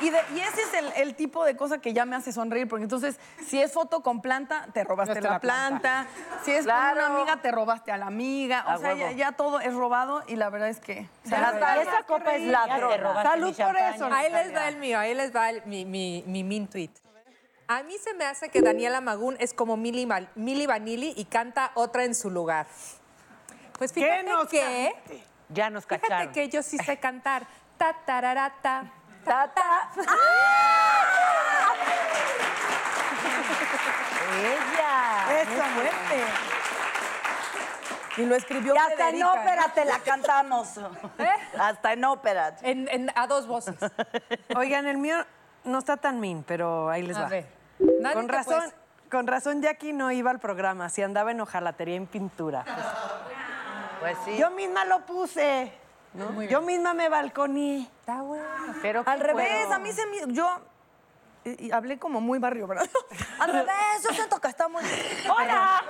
Speaker 2: Y, de- y ese es el, el tipo de cosa que ya me hace sonreír, porque entonces, si es foto con planta, te robaste
Speaker 5: Nuestra
Speaker 2: la planta. Si es con una amiga, te robaste a la amiga. O
Speaker 1: A
Speaker 2: sea, ya,
Speaker 1: huevo.
Speaker 2: ya todo es robado y la verdad es que...
Speaker 1: Natalia, esa copa es ladrona. Salud por eso.
Speaker 5: Ahí les va el mío, ahí les va el- mi, mi, mi mean tweet. A mí se me hace que Daniela Magún es como Mili, Mal- Mili Vanilli y canta otra en su lugar. Pues fíjate que,
Speaker 1: Ya nos
Speaker 5: fíjate
Speaker 1: cacharon.
Speaker 5: que yo sí sé cantar. Ta, tararata, ta, ta.
Speaker 1: Ella.
Speaker 2: ¡Esa muerte! Y lo escribió
Speaker 3: Y hasta en
Speaker 2: Federica,
Speaker 3: ópera te la cantamos.
Speaker 2: ¿Eh?
Speaker 3: Hasta en ópera.
Speaker 5: En- en- a dos voces.
Speaker 4: Oigan, el mío no está tan mean, pero ahí les
Speaker 5: A
Speaker 4: va.
Speaker 5: ver.
Speaker 4: Con
Speaker 1: pues.
Speaker 5: Nadie te
Speaker 4: razón,
Speaker 5: puede-
Speaker 4: con razón Jackie no iba al programa, si andaba en hojalatería en pintura.
Speaker 3: Pues sí.
Speaker 4: Yo misma lo puse. ¿no? Yo misma me balconí.
Speaker 5: Está bueno.
Speaker 1: Pero
Speaker 2: Al
Speaker 1: qué
Speaker 2: revés,
Speaker 1: cuero.
Speaker 2: a mí se me... Yo... y- y hablé como muy barrio, ¿verdad? Al revés, yo siento que está muy...
Speaker 1: ¡Hola!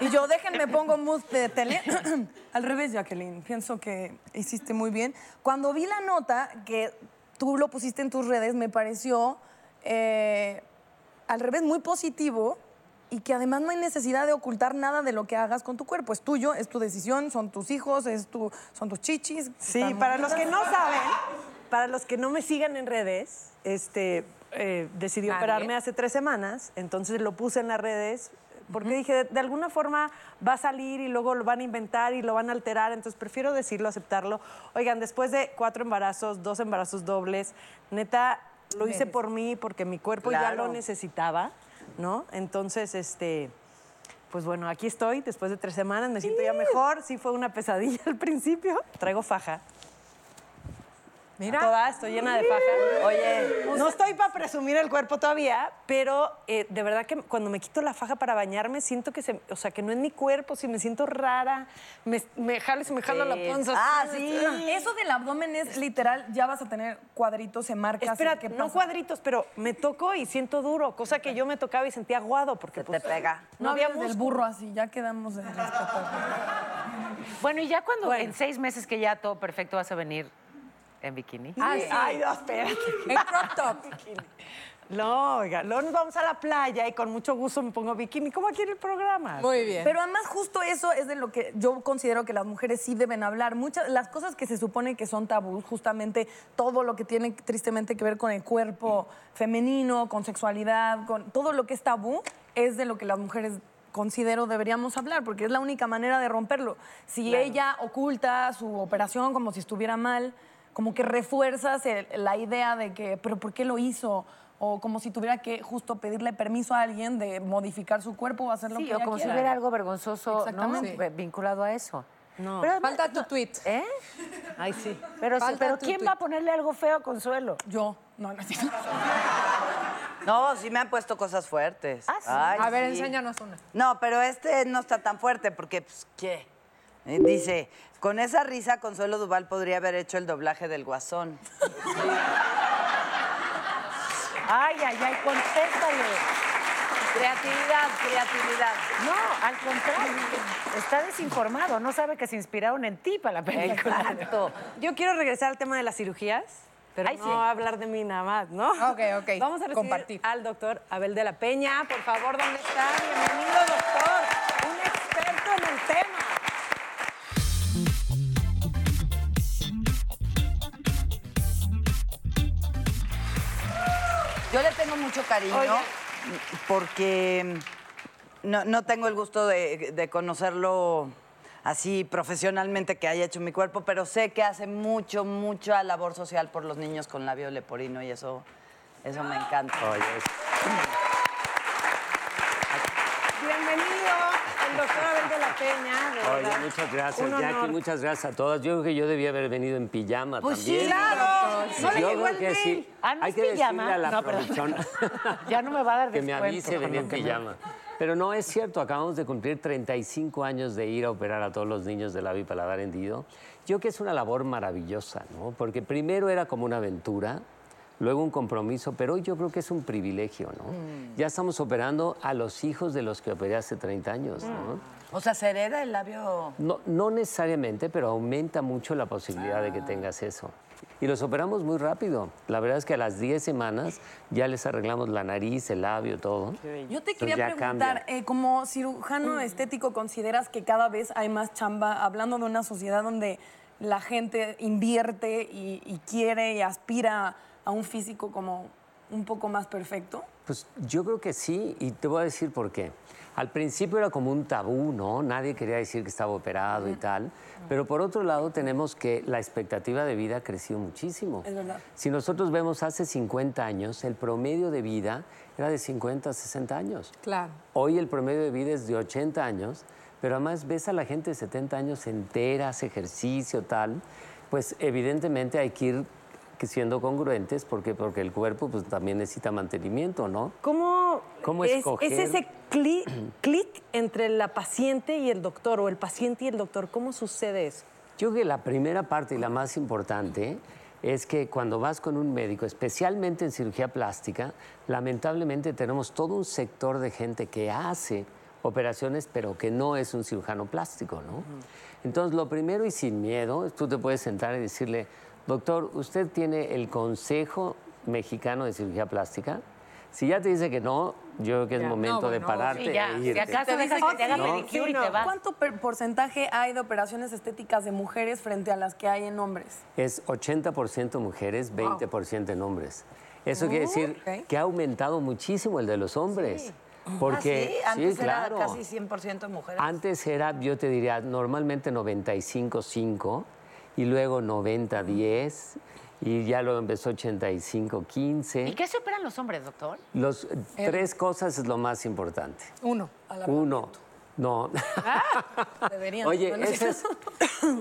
Speaker 2: Y yo, déjenme, pongo mood de tele. Al revés, Jacqueline, pienso que hiciste muy bien. Cuando vi la nota que tú lo pusiste en tus redes, me pareció eh, al revés muy positivo y que además no hay necesidad de ocultar nada de lo que hagas con tu cuerpo. Es tuyo, es tu decisión, son tus hijos, es tu, son tus chichis.
Speaker 4: Sí, para los que no saben, para los que no me sigan en redes, este, eh, decidí
Speaker 5: A
Speaker 4: operarme
Speaker 5: ver.
Speaker 4: hace tres semanas, entonces lo puse en las redes porque dije, de, de alguna forma va a salir y luego lo van a inventar y lo van a alterar, entonces prefiero decirlo, aceptarlo. Oigan, después de cuatro embarazos, dos embarazos dobles, neta, lo hice por mí porque mi cuerpo ya
Speaker 3: Claro.
Speaker 4: lo necesitaba, ¿no? Entonces, este... Pues bueno, aquí estoy, después de tres semanas me siento ya mejor. Sí fue una pesadilla al principio. Traigo faja. Mira. Toda, estoy llena de faja.
Speaker 3: Oye,
Speaker 4: no estoy para presumir el cuerpo todavía, pero eh, de verdad que cuando me quito la faja para bañarme, siento que se, o sea, que no es mi cuerpo, si me siento rara, me, me jalo y se me jala la panza.
Speaker 2: Ah, Eso del abdomen es literal, ya vas a tener cuadritos, se marcas.
Speaker 4: Espera,
Speaker 2: ¿qué
Speaker 4: no
Speaker 2: pasa?
Speaker 4: cuadritos, pero me toco y siento duro, cosa que yo me tocaba y sentía aguado porque pues,
Speaker 2: No, habíamos del
Speaker 4: músculo.
Speaker 2: burro así, ya quedamos de
Speaker 1: Bueno, y ya cuando en seis meses que ya todo perfecto vas a venir en bikini.
Speaker 4: Ay, ay, no, espérate. En crop top. No, oiga, luego nos vamos a la playa y con mucho gusto me pongo bikini. ¿Cómo aquí en el programa?
Speaker 2: Pero además justo eso es de lo que yo considero que las mujeres sí deben hablar. Muchas las cosas que se supone que son tabú, justamente todo lo que tiene tristemente que ver con el cuerpo femenino, con sexualidad, con todo lo que es tabú es de lo que las mujeres considero deberíamos hablar porque es la única manera de romperlo. Si ella oculta su operación como si estuviera mal, como que refuerzas el- la idea de que, pero ¿por qué lo hizo? O como si tuviera que justo pedirle permiso a alguien de modificar su cuerpo o hacer lo
Speaker 1: Sí,
Speaker 2: que
Speaker 1: o
Speaker 2: ella
Speaker 1: como si
Speaker 2: quiera.
Speaker 1: hubiera algo vergonzoso ¿no?
Speaker 2: Exactamente.
Speaker 1: Ve- vinculado a eso.
Speaker 4: No.
Speaker 1: Falta tu tweet. ¿Eh?
Speaker 4: Ay, sí.
Speaker 1: Pero, sí,
Speaker 4: Falta
Speaker 1: pero
Speaker 4: tu
Speaker 1: ¿quién
Speaker 4: tuit.
Speaker 1: va a ponerle algo feo a Consuelo?
Speaker 2: Yo. No, no es cierto.
Speaker 3: No, sí me han puesto cosas fuertes.
Speaker 5: Ah, sí.
Speaker 3: Ay,
Speaker 5: a ver,
Speaker 3: sí.
Speaker 5: enséñanos una.
Speaker 3: No, pero este no está tan fuerte porque, pues, ¿qué? Eh, Dice, con esa risa Consuelo Duval podría haber hecho el doblaje del Guasón.
Speaker 1: Ay, ay, ay, contéstale.
Speaker 3: Creatividad, creatividad.
Speaker 1: No, al contrario. Está desinformado, no sabe que se inspiraron en ti para la película.
Speaker 4: Exacto. Yo quiero regresar al tema de las cirugías, pero
Speaker 1: Ay,
Speaker 4: no
Speaker 1: sí.
Speaker 4: hablar de mí nada más, ¿no?
Speaker 5: Ok, ok.
Speaker 4: Vamos a recibir
Speaker 5: Compartir.
Speaker 4: al doctor Abel de la Peña. Por favor, ¿dónde está? Bienvenido, doctor. Un experto en el tema.
Speaker 3: Yo le tengo mucho cariño
Speaker 4: Oye.
Speaker 3: porque no, no tengo el gusto de, de conocerlo así profesionalmente que haya hecho mi cuerpo, pero sé que hace mucho, mucha labor social por los niños con labio leporino y eso, eso me encanta.
Speaker 4: Bienvenido, el doctor Abel de la Peña. de
Speaker 18: Oye,
Speaker 4: verdad.
Speaker 18: muchas gracias,
Speaker 4: Un honor.
Speaker 18: Jackie, muchas gracias a todas. Yo creo que yo debía haber venido en pijama
Speaker 1: Pues sí,
Speaker 18: también.
Speaker 1: claro. No le
Speaker 18: yo
Speaker 1: llegó
Speaker 18: creo
Speaker 1: el
Speaker 18: que
Speaker 1: mail.
Speaker 18: sí.
Speaker 1: Ah, ¿no
Speaker 18: Hay
Speaker 1: es
Speaker 18: que
Speaker 1: pijama?
Speaker 18: decirle a la
Speaker 1: No, perdón.
Speaker 18: producción
Speaker 1: Ya no me va a dar
Speaker 18: que me
Speaker 1: descuento
Speaker 18: avise
Speaker 1: con
Speaker 18: venir
Speaker 1: lo
Speaker 18: en
Speaker 1: que me-
Speaker 18: pijama. Pero no es cierto, acabamos de cumplir 35 años de ir a operar a todos los niños de labio y paladar hendido. Yo creo que es una labor maravillosa, ¿no? Porque primero era como una aventura, luego un compromiso, pero hoy yo creo que es un privilegio, ¿no?
Speaker 4: Mm.
Speaker 18: Ya estamos operando a los hijos de los que operé hace 30 años, ¿no?
Speaker 3: O sea, se hereda el labio.
Speaker 18: No, no necesariamente, pero aumenta mucho la posibilidad de que tengas eso. Y los operamos muy rápido. La verdad es que a las 10 semanas ya les arreglamos la nariz, el labio, todo.
Speaker 2: Yo te
Speaker 18: Entonces
Speaker 2: quería
Speaker 18: ya
Speaker 2: preguntar,
Speaker 18: cambia.
Speaker 2: eh, como cirujano estético, ¿consideras que cada vez hay más chamba, hablando de una sociedad donde la gente invierte y, y quiere y aspira a un físico como un poco más perfecto?
Speaker 18: Pues yo creo que sí, y te voy a decir por qué. Al principio era como un tabú, ¿no? Nadie quería decir que estaba operado y tal. Pero por otro lado tenemos que la expectativa de vida ha crecido muchísimo.
Speaker 2: Es verdad.
Speaker 18: Si nosotros vemos hace 50 años, el promedio de vida era de 50 a 60 años.
Speaker 5: Claro.
Speaker 18: Hoy el promedio de vida es de 80 años, pero además ves a la gente de 70 años entera, hace ejercicio, tal. Pues evidentemente hay que ir que siendo congruentes porque, porque el cuerpo pues, también necesita mantenimiento, ¿no?
Speaker 4: ¿Cómo,
Speaker 18: ¿Cómo
Speaker 4: es,
Speaker 18: escoger?
Speaker 4: es ese cli- clic, entre la paciente y el doctor o el paciente y el doctor? ¿Cómo sucede eso?
Speaker 18: Yo creo que la primera parte y la más importante es que cuando vas con un médico, especialmente en cirugía plástica, lamentablemente tenemos todo un sector de gente que hace operaciones pero que no es un cirujano plástico, ¿no? Entonces, lo primero y sin miedo, tú te puedes sentar y decirle, doctor, usted tiene el Consejo Mexicano de Cirugía Plástica. Si ya te dice que no, yo creo que es
Speaker 2: Ya, no,
Speaker 18: momento de
Speaker 2: bueno,
Speaker 18: pararte
Speaker 2: sí, ya.
Speaker 18: e
Speaker 2: Si
Speaker 18: irte.
Speaker 2: acaso Te dejas que te haga
Speaker 18: ¿No?
Speaker 2: Sí, no. ¿Cuánto per- porcentaje hay de operaciones estéticas de mujeres frente a las que hay en hombres?
Speaker 18: es 80% mujeres, 20% en hombres. Eso quiere decir
Speaker 2: Ok.
Speaker 18: que ha aumentado muchísimo el de los hombres. Porque,
Speaker 3: ¿Ah, sí? Antes
Speaker 18: sí,
Speaker 3: era
Speaker 18: claro.
Speaker 3: casi 100% mujeres.
Speaker 18: Antes era, yo te diría, normalmente 95-5 y luego 90-10 y ya luego empezó 85-15.
Speaker 1: ¿Y qué se operan los hombres, doctor?
Speaker 18: Los
Speaker 1: El-
Speaker 18: tres cosas es lo más importante.
Speaker 5: Uno.
Speaker 18: Uno, no.
Speaker 2: Deberían.
Speaker 18: Oye,
Speaker 2: ¿no? No es
Speaker 18: ese es,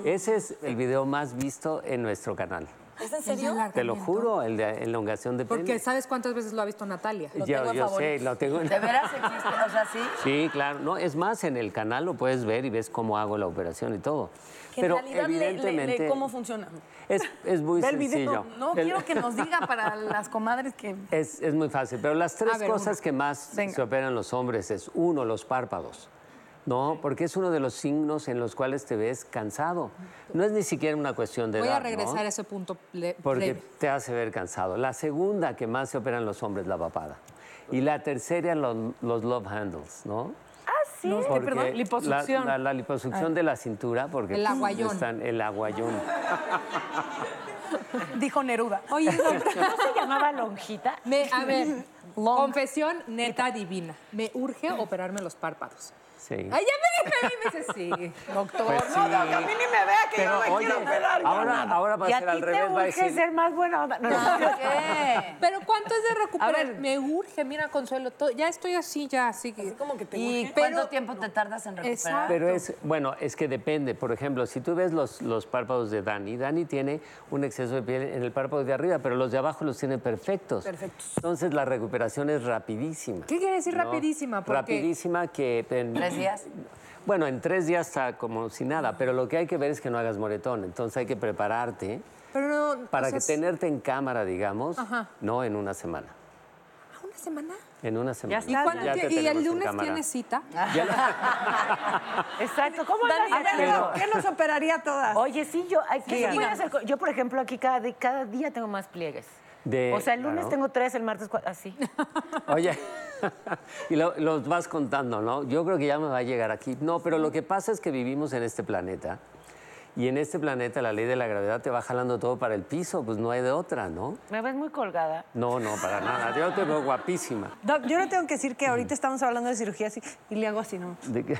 Speaker 18: ese es el video más visto en nuestro canal.
Speaker 5: ¿Es en serio?
Speaker 18: Te lo juro, el de elongación de pene.
Speaker 5: Porque ¿sabes cuántas veces lo ha visto Natalia?
Speaker 18: yo yo sé, lo tengo en-
Speaker 3: ¿De veras existe? O sea, sí.
Speaker 18: Sí, claro. No, es más, en el canal lo puedes ver y ves cómo hago la operación y todo.
Speaker 2: Que
Speaker 18: Pero
Speaker 2: en realidad le- le- le-
Speaker 18: evidentemente
Speaker 2: cómo funciona.
Speaker 18: es, es muy
Speaker 2: Ve el video.
Speaker 18: sencillo.
Speaker 2: No,
Speaker 18: El-
Speaker 2: quiero que nos diga para las comadres que...
Speaker 18: Es, es muy fácil, pero las tres
Speaker 2: A ver,
Speaker 18: cosas
Speaker 2: una.
Speaker 18: que más se operan los hombres es, uno, los párpados. No, porque es uno de los signos en los cuales te ves cansado. No es ni siquiera una cuestión de
Speaker 5: Voy
Speaker 18: edad,
Speaker 5: a
Speaker 18: ¿no?
Speaker 5: regresar a ese punto. ple-
Speaker 18: Porque
Speaker 5: breve.
Speaker 18: te hace ver cansado. La segunda que más se operan los hombres, la papada. Y la tercera, lo- los love handles, ¿no?
Speaker 1: Ah, sí.
Speaker 18: Porque
Speaker 1: perdón. Liposucción.
Speaker 18: La, la- la liposucción
Speaker 1: Ah.
Speaker 18: de la cintura, porque
Speaker 1: El
Speaker 18: pues,
Speaker 1: aguayón.
Speaker 18: están- el aguayón.
Speaker 2: Dijo Neruda.
Speaker 5: Oye,
Speaker 1: ¿Cómo se llamaba lonjita?
Speaker 5: Me- a ver, confesión neta divina. Me urge operarme los párpados.
Speaker 18: Sí.
Speaker 5: Ay, ya me dije, y me dice sí, doctor.
Speaker 18: Pues sí.
Speaker 5: No, no, que a mí ni me vea que
Speaker 18: Pero,
Speaker 5: yo me quiero
Speaker 18: oye,
Speaker 5: operar.
Speaker 18: ahora-
Speaker 5: no.
Speaker 18: ahora va a
Speaker 5: Y
Speaker 18: ser al
Speaker 5: ti
Speaker 18: revés, va a
Speaker 5: urge
Speaker 18: decir-
Speaker 5: ser
Speaker 1: más buena onda. No, no.
Speaker 4: Ah,
Speaker 5: Pero ¿cuánto es de recuperar? Me urge, mira, Consuelo, todo- ya estoy así, ya, así que... como que te
Speaker 3: ¿Y cuánto tiempo te tardas en recuperar?
Speaker 18: Pero es, bueno, es que depende. Por ejemplo, si tú ves los, los párpados de Dani, Dani tiene un exceso de piel en el párpado de arriba, pero los de abajo los tiene perfectos.
Speaker 5: Perfectos.
Speaker 18: Entonces la recuperación es rapidísima.
Speaker 5: ¿Qué quiere decir
Speaker 18: ¿no?
Speaker 5: rapidísima? Porque
Speaker 18: Rapidísima que...
Speaker 5: ¿Tres
Speaker 18: En,
Speaker 5: días?
Speaker 18: Bueno, en tres días está como si nada, pero lo que hay que ver es que no hagas moretón. Entonces hay que prepararte
Speaker 5: Pero no,
Speaker 18: para
Speaker 5: o sea,
Speaker 18: que tenerte en cámara, digamos,
Speaker 5: Ajá.
Speaker 18: no en una semana.
Speaker 5: ¿a ¿Una semana?
Speaker 18: En una semana.
Speaker 5: ¿Y, cuándo
Speaker 18: Ya
Speaker 5: tie-
Speaker 18: te
Speaker 5: y el
Speaker 18: tenemos en
Speaker 5: lunes
Speaker 18: cámara.
Speaker 5: tienes cita?
Speaker 1: Exacto. ¿Cómo
Speaker 5: Dani,
Speaker 1: andas?
Speaker 5: a ver,
Speaker 1: Pero-
Speaker 5: ¿qué nos
Speaker 1: operaría a todas? Oye, sí, yo, ay, ¿qué
Speaker 18: Sí,
Speaker 1: se puede
Speaker 18: Ana.
Speaker 1: hacer con- Yo, por ejemplo, aquí cada, di- cada día tengo más pliegues.
Speaker 18: De-
Speaker 1: o sea, el lunes
Speaker 18: claro.
Speaker 1: tengo tres, el martes cuatro, así.
Speaker 18: Oye, y lo- los vas contando, ¿no? Yo creo que ya me va a llegar aquí. No, pero lo que pasa es que vivimos en este planeta y en este planeta la ley de la gravedad te va jalando todo para el piso, pues no hay de otra, ¿no?
Speaker 1: Me ves muy colgada.
Speaker 18: No, no, para nada. Yo te veo guapísima.
Speaker 4: Doc, yo no tengo que decir que ahorita estamos hablando de cirugía así y le hago así, ¿no?
Speaker 18: ¿De qué?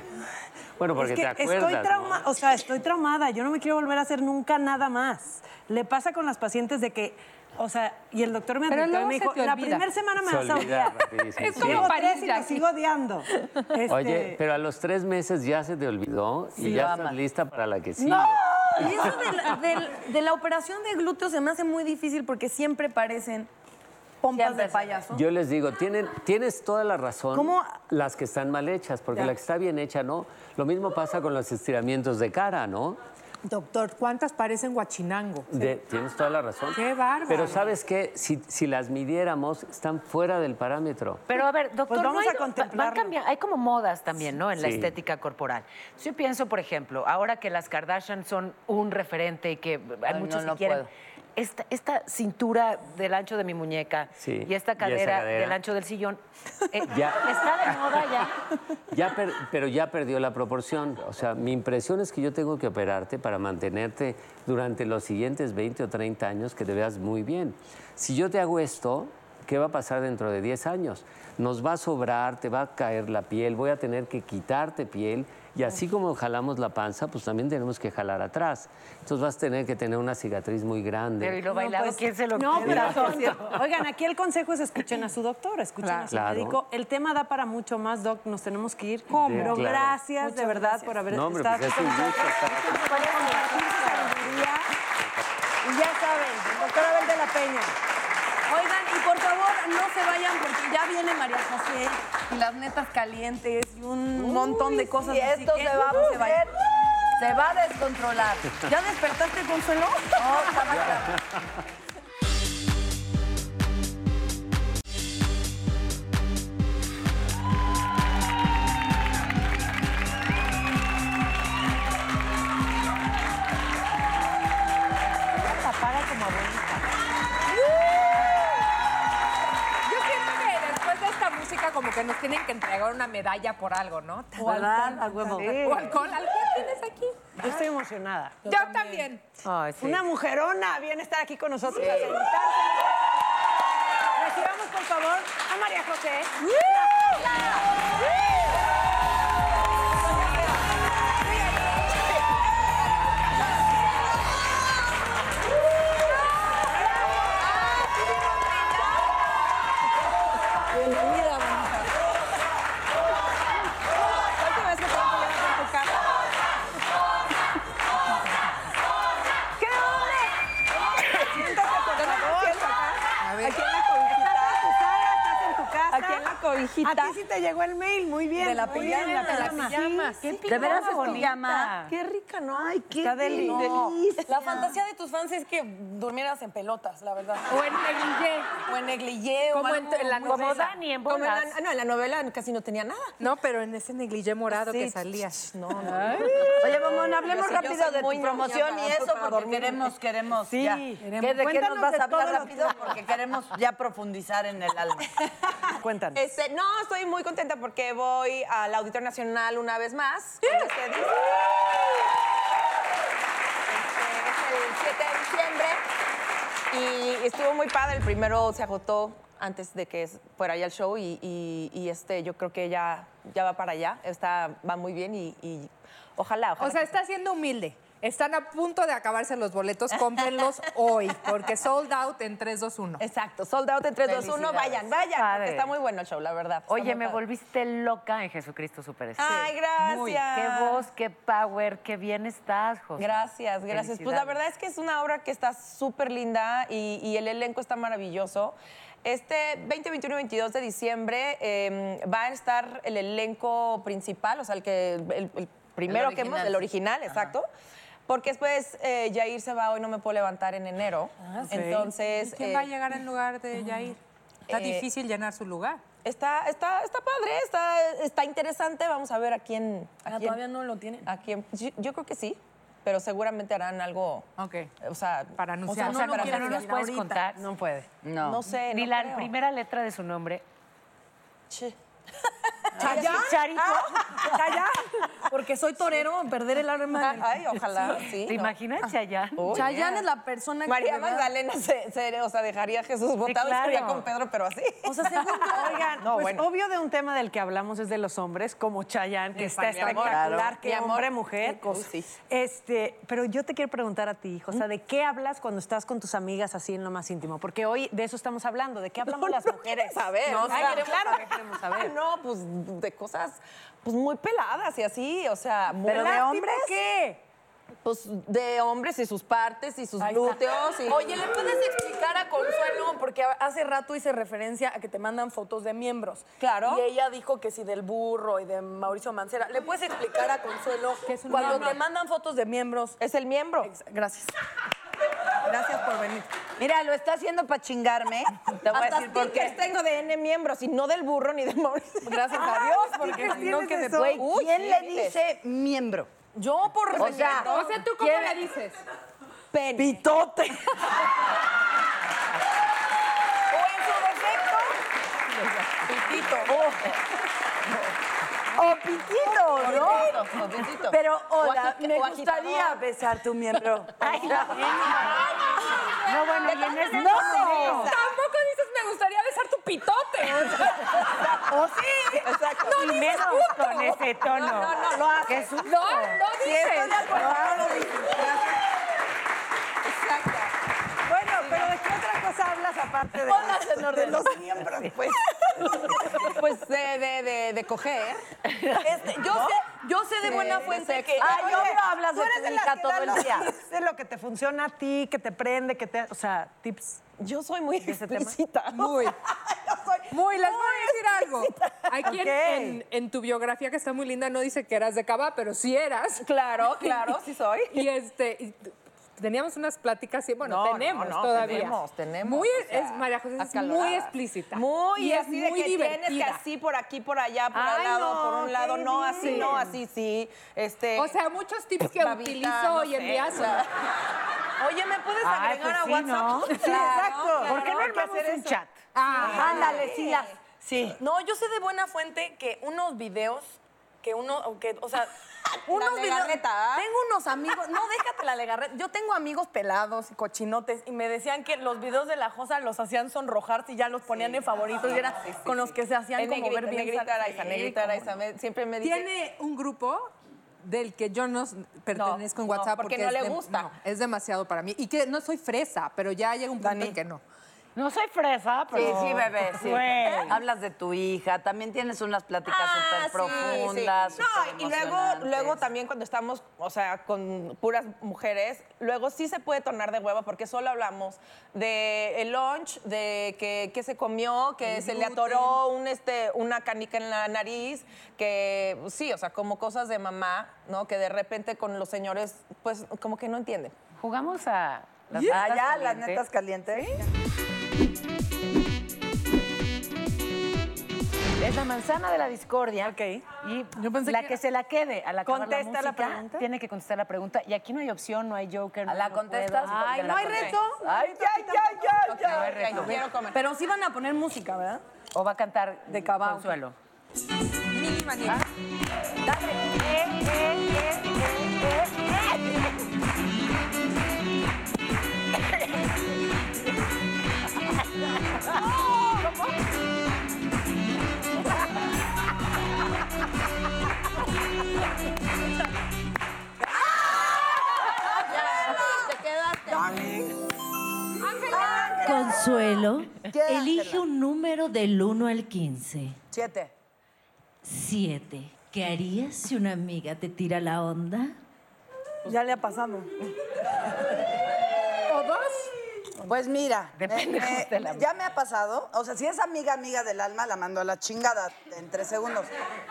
Speaker 18: Bueno, porque
Speaker 4: Es que
Speaker 18: te acuerdas.
Speaker 4: Estoy
Speaker 18: ¿no?
Speaker 4: trauma, o sea, estoy traumada. Yo no me quiero volver a hacer nunca nada más. Le pasa con las pacientes de que, o sea, y el doctor me
Speaker 5: Pero
Speaker 4: advirtió y
Speaker 5: luego
Speaker 4: me
Speaker 5: se
Speaker 4: dijo,
Speaker 5: te
Speaker 4: la
Speaker 5: olvida".
Speaker 4: primera semana me
Speaker 18: Se
Speaker 4: vas a
Speaker 18: olvida
Speaker 4: odiar.
Speaker 18: rapidísimo, sí.
Speaker 4: Llevo
Speaker 5: París,
Speaker 4: tres y
Speaker 5: ya
Speaker 4: me sigo odiando. Este,
Speaker 18: Oye, pero a los tres meses ya se te olvidó y
Speaker 2: Sí,
Speaker 18: ya
Speaker 2: lo
Speaker 18: estás
Speaker 2: amas.
Speaker 18: lista para la que sigue.
Speaker 2: Y eso de la, del- de la operación de glúteos se me hace muy difícil porque siempre parecen pompas de payaso.
Speaker 18: Yo les digo, tienen, tienes toda la razón
Speaker 2: ¿Cómo?
Speaker 18: las que están mal hechas, porque
Speaker 2: Ya.
Speaker 18: la que está bien hecha, ¿no? Lo mismo pasa con los estiramientos de cara, ¿no?
Speaker 5: Doctor, ¿cuántas parecen guachinango?
Speaker 18: De- tienes toda la razón.
Speaker 5: Qué bárbaro.
Speaker 18: Pero ¿sabes qué? Si, si las midiéramos, están fuera del parámetro.
Speaker 1: Pero a ver, doctor,
Speaker 18: Pues vamos
Speaker 1: ¿no hay,
Speaker 18: a contemplarlo.
Speaker 1: van cambiando- hay como modas también, ¿no? En la
Speaker 18: Sí.
Speaker 1: estética corporal. Si yo pienso, por ejemplo, ahora que las Kardashian son un referente y que hay
Speaker 3: no,
Speaker 1: muchos
Speaker 3: no
Speaker 1: que quieren.
Speaker 3: puedo.
Speaker 1: Esta, esta cintura del ancho de mi muñeca
Speaker 18: Sí,
Speaker 1: y esta
Speaker 18: y esa
Speaker 1: cadera,
Speaker 18: cadera.
Speaker 1: del ancho del sillón, eh,
Speaker 18: Ya.
Speaker 1: ¿está de moda ya?
Speaker 18: Ya per- pero ya perdió la proporción. O sea, mi impresión es que yo tengo que operarte para mantenerte durante los siguientes 20 o 30 años que te veas muy bien. Si yo te hago esto, ¿qué va a pasar dentro de 10 años? Nos va a sobrar, te va a caer la piel, voy a tener que quitarte piel. Y así como jalamos la panza, pues también tenemos que jalar atrás. Entonces vas a tener que tener una cicatriz muy grande.
Speaker 1: Pero y lo bailado, ¿quién se lo
Speaker 4: pues, No,
Speaker 1: quita?
Speaker 4: pero Oigan, aquí el consejo es escuchen a su doctor, escuchen a su
Speaker 18: Claro.
Speaker 4: médico. El tema da para mucho más, doc. Nos tenemos que ir.
Speaker 18: ¿Cómo?
Speaker 4: Pero
Speaker 18: Claro.
Speaker 4: gracias, de verdad, por haber
Speaker 18: No, hombre,
Speaker 4: estado
Speaker 18: pues es
Speaker 4: con
Speaker 18: un
Speaker 4: nosotros.
Speaker 18: gusto estar aquí.
Speaker 4: Y ya saben, doctora Abel de la Peña.
Speaker 2: Oigan, y por favor, no se vayan porque ya viene María José y las netas calientes y un montón de cosas.
Speaker 3: Y
Speaker 2: así
Speaker 3: esto
Speaker 2: que
Speaker 3: se va a
Speaker 2: no se
Speaker 3: poner-
Speaker 2: vayan.
Speaker 3: Se va a descontrolar.
Speaker 2: ¿Ya despertaste, Consuelo?
Speaker 3: No, está más cabrón.
Speaker 5: Yo siento que después de esta música como que nos tienen que entregar una medalla por algo, ¿no?
Speaker 4: O alcohol, a huevo.
Speaker 5: O alcohol. ¿Alcohol tienes aquí?
Speaker 4: Yo estoy emocionada.
Speaker 5: Yo también.
Speaker 1: Ay, sí.
Speaker 4: Una mujerona viene a estar aquí con nosotros a sentarse. Recibamos, por favor, a María José. Bienvenida, mamá. Última vez que te voy a poner acá en tu casa. ¿Qué onda? Siento llegó, hijita. A ti sí te llegó el mail, muy bien.
Speaker 2: De la
Speaker 4: muy
Speaker 2: pijama,
Speaker 4: bien,
Speaker 2: de la pijama.
Speaker 4: Sí,
Speaker 2: ¿Qué
Speaker 4: qué
Speaker 2: pijama bonita?
Speaker 4: Qué rica, ¿no? Ay, qué
Speaker 2: Está deli-
Speaker 4: delicia.
Speaker 2: La fantasía de tus fans es que durmieras en pelotas, la verdad.
Speaker 5: O en negligé.
Speaker 2: O en negligé. o
Speaker 5: Como en-
Speaker 2: algo
Speaker 5: en la
Speaker 2: muy
Speaker 5: novela.
Speaker 2: fresa.
Speaker 5: Dani, en
Speaker 2: Como la-
Speaker 5: bolas.
Speaker 2: ah, no, en la novela casi no tenía nada.
Speaker 5: No, pero en ese negligé morado
Speaker 2: Sí,
Speaker 5: que salía. No, no.
Speaker 3: Oye, mamón, hablemos
Speaker 2: Yo sí, yo
Speaker 3: rápido
Speaker 2: soy
Speaker 3: de
Speaker 2: muy
Speaker 3: tu promoción
Speaker 2: ñoña
Speaker 3: y
Speaker 2: para-
Speaker 3: eso
Speaker 2: para
Speaker 3: porque
Speaker 2: dormir.
Speaker 3: queremos, queremos.
Speaker 2: Sí,
Speaker 3: ya.
Speaker 2: queremos.
Speaker 3: ¿Qué- ¿De qué nos
Speaker 2: Cuéntanos
Speaker 3: vas
Speaker 2: de
Speaker 3: a hablar
Speaker 2: todo lo
Speaker 3: rápido? Porque queremos ya profundizar en el alma. Cuéntanos.
Speaker 19: Este, no, estoy muy contenta porque voy al Auditor Nacional una vez más. con ustedes. Este, Este,
Speaker 2: ¡Uh!
Speaker 19: es el 7 de diciembre. Y estuvo muy padre. El primero se agotó antes de que fuera ya el show. Y, y- y, este, yo creo que ya, ya va para allá. Está, va muy bien y, y ojalá, ojalá.
Speaker 5: O sea, está siendo humilde. Están a punto de acabarse los boletos, cómprenlos hoy, porque sold out en 321.
Speaker 19: Exacto, sold out en 321, vayan, vayan, porque está muy bueno el show, la verdad. Está
Speaker 1: Oye,
Speaker 19: muy
Speaker 1: me
Speaker 19: padre.
Speaker 1: volviste loca en Jesucristo Superestrella.
Speaker 19: Ay, gracias.
Speaker 1: Muy. Qué voz, qué power, qué bien estás, José.
Speaker 19: Gracias, gracias. Pues la
Speaker 1: Felicidades.
Speaker 19: verdad es que es una obra que está súper linda y, y el elenco está maravilloso. Este 20, 21 y 22 de diciembre eh, va a estar el elenco principal, o sea, el, que, el, el primero que hemos,
Speaker 12: original,
Speaker 19: el
Speaker 12: sí.
Speaker 19: original, exacto. Porque después eh, Yair se va hoy, no me puedo levantar en enero.
Speaker 5: Ah, sí.
Speaker 19: Entonces.
Speaker 5: ¿Y quién
Speaker 19: eh,
Speaker 5: va a llegar en lugar de Jair? Está
Speaker 19: Eh,
Speaker 5: difícil llenar su lugar.
Speaker 19: Está, está, está padre, está, está interesante. Vamos a ver a quién. A
Speaker 2: Ah,
Speaker 19: quién-
Speaker 2: todavía no lo tienen.
Speaker 19: a quién- Yo, yo creo que sí, pero seguramente harán algo. O sea, para
Speaker 1: anunciar. O sea, no quieren decir ahorita.
Speaker 19: No
Speaker 1: puede.
Speaker 19: No. No sé,
Speaker 1: Ni
Speaker 19: no
Speaker 1: la
Speaker 19: creo.
Speaker 1: primera letra de su nombre.
Speaker 19: Che. Ah.
Speaker 2: ¿Chayán?
Speaker 1: Charito.
Speaker 2: ¿Chayán? Porque soy torero, perder el alma.
Speaker 19: Ay, ojalá, sí,
Speaker 1: ¿Te
Speaker 19: no.
Speaker 1: imaginas Chayán?
Speaker 2: Chayán es la persona que.
Speaker 19: María
Speaker 2: de verdad-
Speaker 19: Magdalena se, se- o sea, dejaría a Jesús botado
Speaker 1: claro.
Speaker 19: y estaría con Pedro, pero así.
Speaker 2: O sea, según yo-
Speaker 4: Oigan,
Speaker 19: No,
Speaker 4: pues
Speaker 19: bueno.
Speaker 4: obvio de un tema del que hablamos es de los hombres, como Chayanne, que
Speaker 19: Sí,
Speaker 4: está
Speaker 19: mi amor,
Speaker 4: espectacular,
Speaker 19: claro.
Speaker 4: que
Speaker 19: Mi amor,
Speaker 4: hombre, mujer.
Speaker 19: qué cosa.
Speaker 4: Uy, sí. Este, pero yo te quiero preguntar a ti, hijo, o sea, ¿de qué hablas cuando estás con tus amigas así en lo más íntimo? Porque hoy de eso estamos hablando, ¿de qué hablamos las mujeres?
Speaker 19: saber.
Speaker 4: No,
Speaker 19: Ay,
Speaker 4: claro,
Speaker 19: queremos
Speaker 4: claro.
Speaker 19: saber, queremos saber. No, pues de cosas pues muy peladas y así, o sea, muy
Speaker 4: ¿Pero de
Speaker 19: ¿Peladas
Speaker 4: hombres?
Speaker 19: tipo qué? Pues de hombres y sus partes y sus glúteos y
Speaker 2: Oye, ¿le puedes explicar a Consuelo? Porque hace rato hice referencia a que te mandan fotos de miembros.
Speaker 19: Claro.
Speaker 2: Y ella dijo que sí del burro y de Mauricio Mancera. ¿Le puedes explicar a Consuelo
Speaker 5: es un
Speaker 2: cuando
Speaker 5: miembro?
Speaker 2: te mandan fotos de miembros?
Speaker 19: Es el miembro.
Speaker 2: Gracias. Gracias por venir.
Speaker 3: Mira, lo está haciendo para chingarme. Te voy a
Speaker 19: Hasta
Speaker 3: decir por
Speaker 19: stickers
Speaker 3: qué.
Speaker 19: tengo de N miembros y no del burro ni de Mauricio.
Speaker 2: Gracias a Dios, porque si no que me
Speaker 3: Güey,
Speaker 19: Uy,
Speaker 3: ¿quién
Speaker 19: sí,
Speaker 3: le
Speaker 19: viste.
Speaker 3: dice miembro?
Speaker 2: Yo por
Speaker 3: O sea,
Speaker 2: respeto.
Speaker 5: ¿tú cómo le dices?
Speaker 19: Pene.
Speaker 3: Pitote.
Speaker 19: O en su defecto. Pitito.
Speaker 1: O piquito, ¿no?
Speaker 19: Pitito, o pitito.
Speaker 1: Pero,
Speaker 19: O
Speaker 1: hola,
Speaker 19: agita-
Speaker 1: me
Speaker 19: o agitador.
Speaker 1: gustaría besar tu miembro. Ay, no, bueno, y en este
Speaker 5: No,
Speaker 1: momento-
Speaker 5: tampoco dices me gustaría besar tu pitote.
Speaker 1: ¿O sí?
Speaker 19: Exacto.
Speaker 5: No
Speaker 1: Y
Speaker 5: dices
Speaker 1: menos
Speaker 5: puto.
Speaker 1: con ese tono.
Speaker 5: No, no,
Speaker 1: no, lo haces.
Speaker 5: No, no dices.
Speaker 4: Bueno, pero ¿de qué otra cosa hablas aparte de
Speaker 19: Ponlas en orden. los miembros, pues. Pues de, de, de, de coger.
Speaker 2: Este, yo, sé, yo sé de buena fuente que.
Speaker 5: Ah,
Speaker 1: Ay,
Speaker 2: Oye,
Speaker 1: yo no hablas
Speaker 2: tú
Speaker 1: de
Speaker 2: eres
Speaker 1: tu
Speaker 2: la
Speaker 1: hija
Speaker 2: que
Speaker 1: todo
Speaker 2: da
Speaker 1: el
Speaker 2: los
Speaker 1: día.
Speaker 2: tips.
Speaker 4: de lo que te funciona a ti, que te prende, que te, o sea, tips.
Speaker 19: Yo soy muy explícita.
Speaker 5: Muy. Muy, les voy a decir algo. Aquí en-
Speaker 4: Ok.
Speaker 5: en, en tu biografía, que está muy linda, no dice que eras de Cava, pero sí eras.
Speaker 19: Claro, claro, sí soy.
Speaker 5: Y este. y t- Teníamos unas pláticas, y bueno,
Speaker 19: No, no,
Speaker 5: tenemos
Speaker 19: no,
Speaker 5: todavía.
Speaker 19: tenemos, tenemos,
Speaker 5: Muy,
Speaker 19: o sea,
Speaker 5: es, María José es
Speaker 19: acaloradas.
Speaker 5: muy explícita.
Speaker 19: Muy,
Speaker 5: y es
Speaker 19: así de
Speaker 5: muy
Speaker 19: que tienes
Speaker 5: divertida.
Speaker 19: que así por aquí, por allá, por al
Speaker 5: Ay, no,
Speaker 19: lado, por un lado,
Speaker 5: qué
Speaker 19: no, así,
Speaker 5: bien.
Speaker 19: no, así, sí. Este,
Speaker 5: O sea, muchos tips que
Speaker 19: babita,
Speaker 5: utilizo Ah,
Speaker 19: no
Speaker 5: hoy en
Speaker 19: sé,
Speaker 5: día
Speaker 19: o
Speaker 5: son-
Speaker 19: sea. Oye, ¿me puedes
Speaker 4: Ah,
Speaker 1: Ay,
Speaker 19: agregar
Speaker 1: pues sí,
Speaker 19: a WhatsApp?
Speaker 1: ¿no? Sí,
Speaker 4: exacto.
Speaker 1: ¿Por qué no
Speaker 19: hay que
Speaker 1: armamos
Speaker 19: hacer
Speaker 1: un
Speaker 19: eso?
Speaker 1: chat?
Speaker 5: Ah,
Speaker 1: Ándale, sí, las- sí.
Speaker 2: No, yo sé de buena fuente que unos videos que uno, o que, o sea, unos videos.
Speaker 19: legarreta, ¿ah?
Speaker 2: Tengo unos amigos, no déjate la legarreta. Yo tengo amigos pelados y cochinotes y me decían que los videos de la Josa los hacían sonrojarse y ya los ponían en favoritos y era con los que se hacían
Speaker 19: En
Speaker 2: como
Speaker 19: negrita,
Speaker 2: ver bien.
Speaker 19: negrita
Speaker 2: sal-
Speaker 19: Araiza,
Speaker 2: Sí,
Speaker 19: negrita
Speaker 2: cómo
Speaker 19: Araiza. me- siempre me dice.
Speaker 5: Tiene un grupo del que yo no s- pertenezco en
Speaker 19: no,
Speaker 5: WhatsApp
Speaker 19: porque no
Speaker 5: es
Speaker 19: le gusta.
Speaker 5: no, es demasiado para mí. Y que no soy fresa, pero ya llega un punto en que no.
Speaker 1: No soy fresa,
Speaker 3: Sí,
Speaker 1: pero...
Speaker 3: sí, bebé, sí.
Speaker 1: Güey.
Speaker 3: Hablas de tu hija, también tienes unas pláticas súper profundas.
Speaker 19: Ah, No, y luego, luego también cuando estamos, o sea, con puras mujeres, luego sí se puede tornar de hueva porque solo hablamos de el lunch, de que, que se comió, que
Speaker 1: El
Speaker 19: se le atoró un, este, una canica en la nariz, que sí, o sea, como cosas de mamá, ¿no? Que de repente con los señores, pues como que no entienden.
Speaker 1: Jugamos a
Speaker 19: las netas
Speaker 3: Ah, ya, las
Speaker 19: calientes.
Speaker 3: netas calientes.
Speaker 1: Es la manzana de la discordia. Ok. Y la que, se la quede a la
Speaker 19: ¿Contesta la pregunta?
Speaker 1: Tiene que contestar la pregunta. Y aquí no hay opción, no hay joker. no-
Speaker 3: la
Speaker 1: no
Speaker 3: contestas?
Speaker 1: puedo.
Speaker 3: Ay,
Speaker 1: Porque
Speaker 3: no
Speaker 1: la
Speaker 3: hay
Speaker 1: contestas.
Speaker 3: reto.
Speaker 1: Ay, ya,
Speaker 19: ya,
Speaker 1: ya. No hay reto.
Speaker 2: Pero sí van a poner música, ¿verdad?
Speaker 1: O va a cantar
Speaker 2: de Cabao.
Speaker 1: Consuelo.
Speaker 3: Eh, Te quedaste.
Speaker 13: Consuelo, elige un número del 1 al 15.
Speaker 3: Siete.
Speaker 13: Siete. ¿Qué harías si una amiga te tira la onda?
Speaker 2: Ya le ha pasado.
Speaker 3: ¿O Pues mira,
Speaker 1: Depende
Speaker 3: me-
Speaker 1: cómo
Speaker 3: me-
Speaker 1: esté la
Speaker 3: ya me ha pasado. O sea, si es amiga, amiga del alma, la mando a la chingada en tres segundos.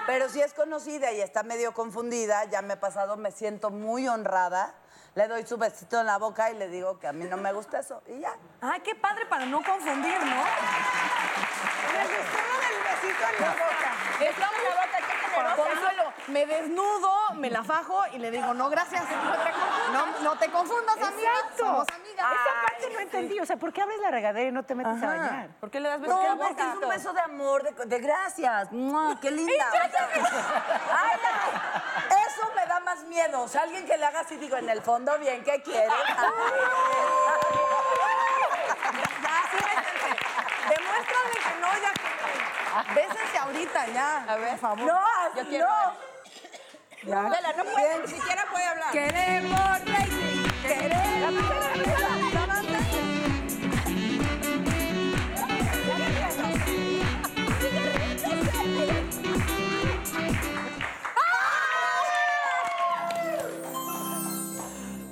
Speaker 3: Pero si es conocida y está medio confundida, ya me ha pasado, me siento muy honrada. Le doy su besito en la boca y le digo que a mí no me gusta eso. Y ya.
Speaker 2: Ay, qué padre para no confundir, ¿no?
Speaker 19: Besito en la boca, qué generosa.
Speaker 2: Consuelo, me desnudo, me la fajo y le digo, no, gracias. No, no te confundas, amiga.
Speaker 1: Exacto.
Speaker 2: Somos amigas.
Speaker 3: Ah,
Speaker 1: Esa parte no entendí. O sea, ¿por qué abres la regadera y no te metes a bañar?
Speaker 19: ¿Por qué le das
Speaker 3: No, porque es un beso de amor, de, de gracias. ¡Mua! ¡Qué linda! Ay, la- eso me da más miedo. O sea, alguien que le haga así, digo, en el fondo, bien, ¿qué quieres?
Speaker 2: Demuéstrame que no, ya. Bésense ahorita,
Speaker 3: Ah,
Speaker 2: ya. A ver, por favor.
Speaker 3: No,
Speaker 2: Yo
Speaker 3: quiero- no.
Speaker 2: Ya.
Speaker 3: Vela, no puede, ni siquiera puede hablar.
Speaker 2: Queremos
Speaker 3: racing, queremos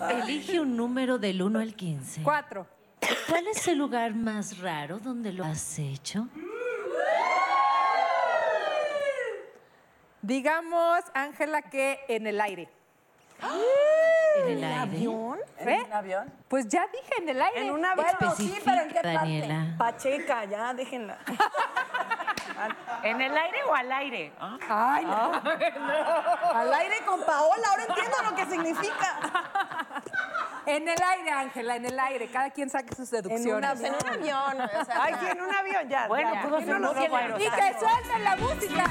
Speaker 13: Elige un número del 1 al 15.
Speaker 5: Cuatro.
Speaker 13: ¿Cuál es el lugar más raro donde lo has hecho?
Speaker 5: Digamos, Ángela, que en el aire.
Speaker 13: ¿En el aire?
Speaker 5: ¿Eh?
Speaker 3: un avión?
Speaker 5: Pues ya dije en el aire.
Speaker 2: En una
Speaker 3: Bueno, sí, pero ¿en qué parte?
Speaker 13: Daniela.
Speaker 2: Pacheca, ya, déjenla.
Speaker 1: ¿En el aire o al aire? Ah.
Speaker 2: Ay, no. Al aire con Paola, ahora entiendo lo que significa.
Speaker 5: En el aire, Ángela, en el aire. Cada quien saque sus deducciones.
Speaker 19: En un avión. o sea,
Speaker 1: Ay, sí, en un avión ya.
Speaker 19: Bueno,
Speaker 1: ya.
Speaker 4: Pues
Speaker 19: pudo
Speaker 1: Que
Speaker 19: ser
Speaker 1: no
Speaker 19: un
Speaker 1: lo
Speaker 19: globo
Speaker 1: tiene.
Speaker 5: Y que suelten la música.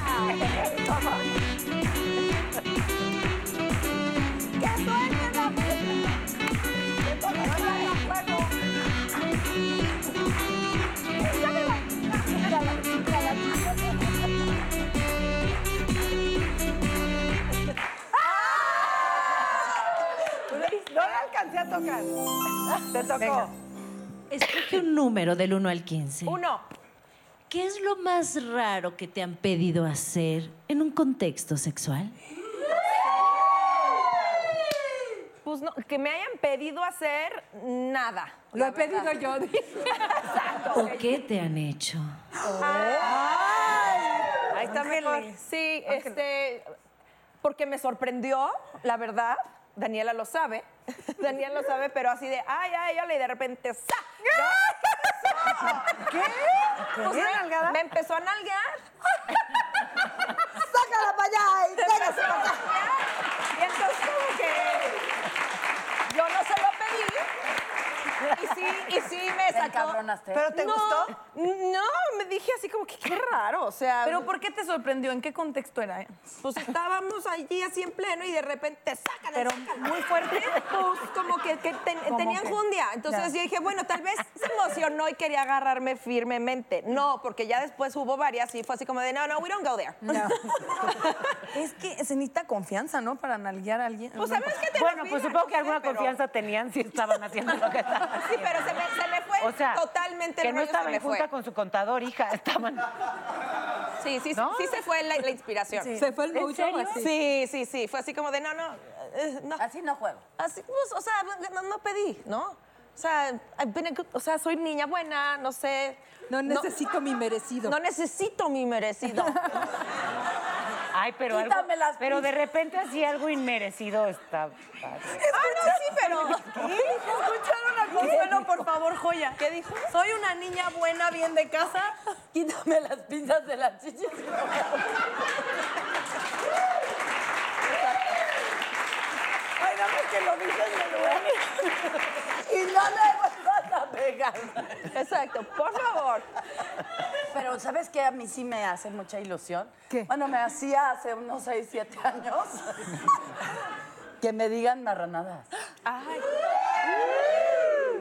Speaker 1: No la alcancé a tocar. Te tocó.
Speaker 13: Escoge un número del 1 al 15.
Speaker 1: Uno.
Speaker 13: ¿Qué es lo más raro que te han pedido hacer en un contexto sexual?
Speaker 19: Pues no, que me hayan pedido hacer nada.
Speaker 5: Lo he pedido yo.
Speaker 13: ¿O qué te han hecho?
Speaker 19: Ahí está mejor. Sí, este, porque me sorprendió, la verdad. Daniela lo sabe. Daniela lo sabe, pero así de, ay, ay, ay, y de repente, ¡sa! ¿Qué? Pues
Speaker 1: ¿Te dio
Speaker 19: me-
Speaker 1: nalgada?
Speaker 19: Me empezó a nalguear.
Speaker 3: ¡Sácala para allá! Y
Speaker 19: Empezó
Speaker 3: tráigase para
Speaker 19: a
Speaker 3: acá.
Speaker 19: nalguear. Y entonces como que yo no se lo pedí. Y sí, y sí me
Speaker 3: ¿Te
Speaker 19: sacó.
Speaker 3: encabronaste?
Speaker 19: ¿Pero
Speaker 3: te gustó?
Speaker 19: No, me dije así como que qué raro, o sea.
Speaker 2: ¿Pero por qué te sorprendió? ¿En qué contexto era?
Speaker 19: Pues estábamos allí así en pleno y de repente sacan
Speaker 2: Pero
Speaker 19: muy fuerte. Pues como que, que ten-
Speaker 2: ¿Cómo
Speaker 19: tenían
Speaker 2: qué?
Speaker 19: jundia. Entonces
Speaker 2: Ya.
Speaker 19: yo dije, bueno, tal vez se emocionó y quería agarrarme firmemente. No, porque ya después hubo varias y fue así como de, no, no, we don't go there.
Speaker 2: Es que se necesita confianza, ¿no? Para nalguear a alguien.
Speaker 19: Pues sabes que te
Speaker 1: Bueno, pues supongo que alguna
Speaker 19: pero-
Speaker 1: confianza tenían si estaban haciendo lo que estaban
Speaker 19: Sí, pero se me, se me fue
Speaker 1: o sea,
Speaker 19: totalmente el
Speaker 1: que no
Speaker 19: rollo se
Speaker 1: estaba
Speaker 19: me
Speaker 1: en junta
Speaker 19: fue.
Speaker 1: con su contador, hija, estaban.
Speaker 19: Sí, sí,
Speaker 1: ¿No?
Speaker 19: sí se fue la, la inspiración.
Speaker 1: Sí. ¿Se fue el
Speaker 19: ¿En
Speaker 1: mojo
Speaker 19: serio?
Speaker 1: así?
Speaker 19: Sí, sí, sí. Fue así como de, no, no, eh, no. Así no juego. Así, pues, o sea, no, no pedí, ¿no? O sea, I've been a good- o sea, soy niña buena, no sé. No
Speaker 1: necesito
Speaker 19: mi merecido. No necesito mi merecido.
Speaker 1: Ay, pero algo-
Speaker 19: Quítame las
Speaker 1: Pero de
Speaker 19: pinzas.
Speaker 1: repente así algo inmerecido está. padre.
Speaker 2: Ah, no, sí, pero. ¿Escucharon a Consuelo, por favor, joya?
Speaker 19: ¿Qué dijo?
Speaker 2: Soy una niña buena, bien de casa. Quítame las pinzas de las chichis.
Speaker 12: Ay, nada más que lo dices me duele. Y no le vuelvas a pegar.
Speaker 19: Exacto, por favor.
Speaker 3: Pero ¿sabes qué? A mí sí me hace mucha ilusión. Bueno, me hacía hace unos 6, 7 años que me digan marranadas.
Speaker 19: Ay.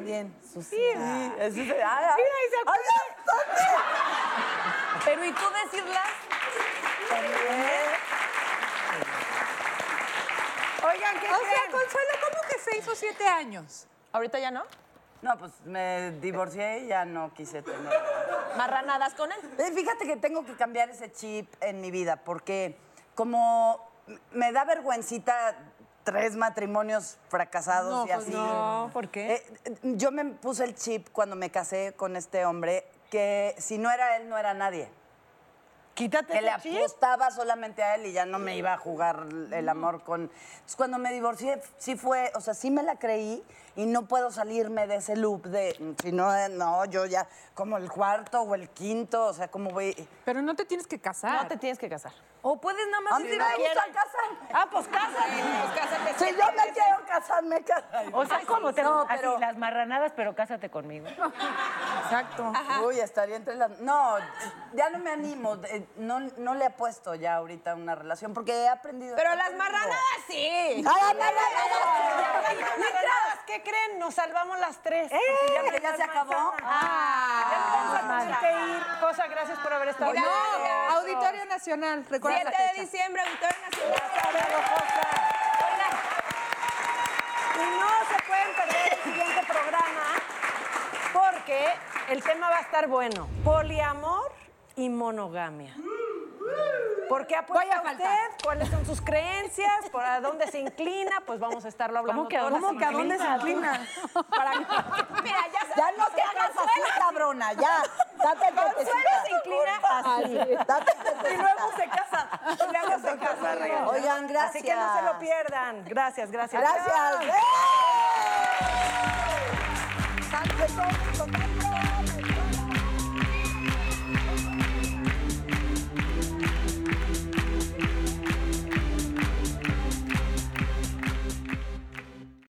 Speaker 3: Bien, Susi.
Speaker 19: Sí,
Speaker 3: eso es- ay,
Speaker 19: Mira,
Speaker 3: ay.
Speaker 19: ahí se acuerda. Pero ¿y tú decirlas?
Speaker 1: Oigan, ¿qué
Speaker 3: O sea,
Speaker 1: creen?
Speaker 3: Consuelo, ¿cómo que seis o siete años?
Speaker 19: ¿Ahorita ya no?
Speaker 3: No, pues me divorcié y ya no quise tener.
Speaker 19: ¿Marranadas con él?
Speaker 3: fíjate que tengo que cambiar ese chip en mi vida, porque como m- me da vergüencita tres matrimonios fracasados
Speaker 4: No,
Speaker 3: y
Speaker 4: pues
Speaker 3: así.
Speaker 4: no, ¿por qué?
Speaker 3: Eh, eh, yo me puse el chip cuando me casé con este hombre que si no era él, no era nadie. Quítate que le
Speaker 1: ese chip.
Speaker 3: apostaba solamente a él y ya no me iba a jugar el amor con. Entonces, cuando me divorcié, sí fue, o sea, sí me la creí y no puedo salirme de ese loop de mm, si no, eh, no, yo ya, como el cuarto o el quinto, o sea, como voy.
Speaker 20: Pero no te tienes que casar. No te
Speaker 19: tienes que casar.
Speaker 3: O puedes nada
Speaker 20: más
Speaker 3: A mí
Speaker 20: decir,
Speaker 3: me
Speaker 20: "Ay,
Speaker 3: gusta
Speaker 20: quiero".
Speaker 3: casarme.
Speaker 1: Ah, pues cásate.
Speaker 19: pues, cásate.
Speaker 3: Si yo me quiero casar, me caso.
Speaker 1: O sea, como te
Speaker 3: No,
Speaker 1: así,
Speaker 3: pero-
Speaker 1: las marranadas, pero cásate conmigo.
Speaker 3: Exacto. Uy, estaría entre las. No, ya no me animo. eh, No, no le apuesto ya ahorita a una relación porque he aprendido.
Speaker 19: Pero las marranadas sí.
Speaker 3: ¡Ay, las marranadas! sí.
Speaker 4: Mientras, ¿qué creen? Nos salvamos las tres.
Speaker 1: ¡Eh!
Speaker 3: porque ya
Speaker 4: me
Speaker 3: ¿Que ya
Speaker 4: dio
Speaker 3: se
Speaker 4: manzana.
Speaker 3: acabó?
Speaker 1: Ah.
Speaker 4: Ya nos vamos a tener que ir. Cosa, gracias por haber estado
Speaker 1: No,
Speaker 4: Auditorio Nacional.
Speaker 19: 7 de diciembre, Auditorio Nacional.
Speaker 4: Y no se pueden perder el siguiente programa porque el tema va a estar bueno. Poliamor y monogamia. ¿Por qué apuesta usted? ¿Cuáles son sus creencias? ¿Por a dónde se inclina? Pues vamos a estarlo hablando.
Speaker 1: ¿Cómo que a
Speaker 4: todas
Speaker 1: dónde
Speaker 4: las
Speaker 1: se
Speaker 4: semanas.
Speaker 1: inclina?
Speaker 4: Mira, ya sabes.
Speaker 3: Ya no te hagas así, cabrona, ya. Date
Speaker 4: Consuelo se inclina así.
Speaker 3: Date
Speaker 4: Y luego se casa. Y luego se casa. regalo.
Speaker 3: Oigan, gracias.
Speaker 4: Así que no se lo pierdan. Gracias, gracias.
Speaker 3: Gracias.
Speaker 4: Salve, todo, total, todo.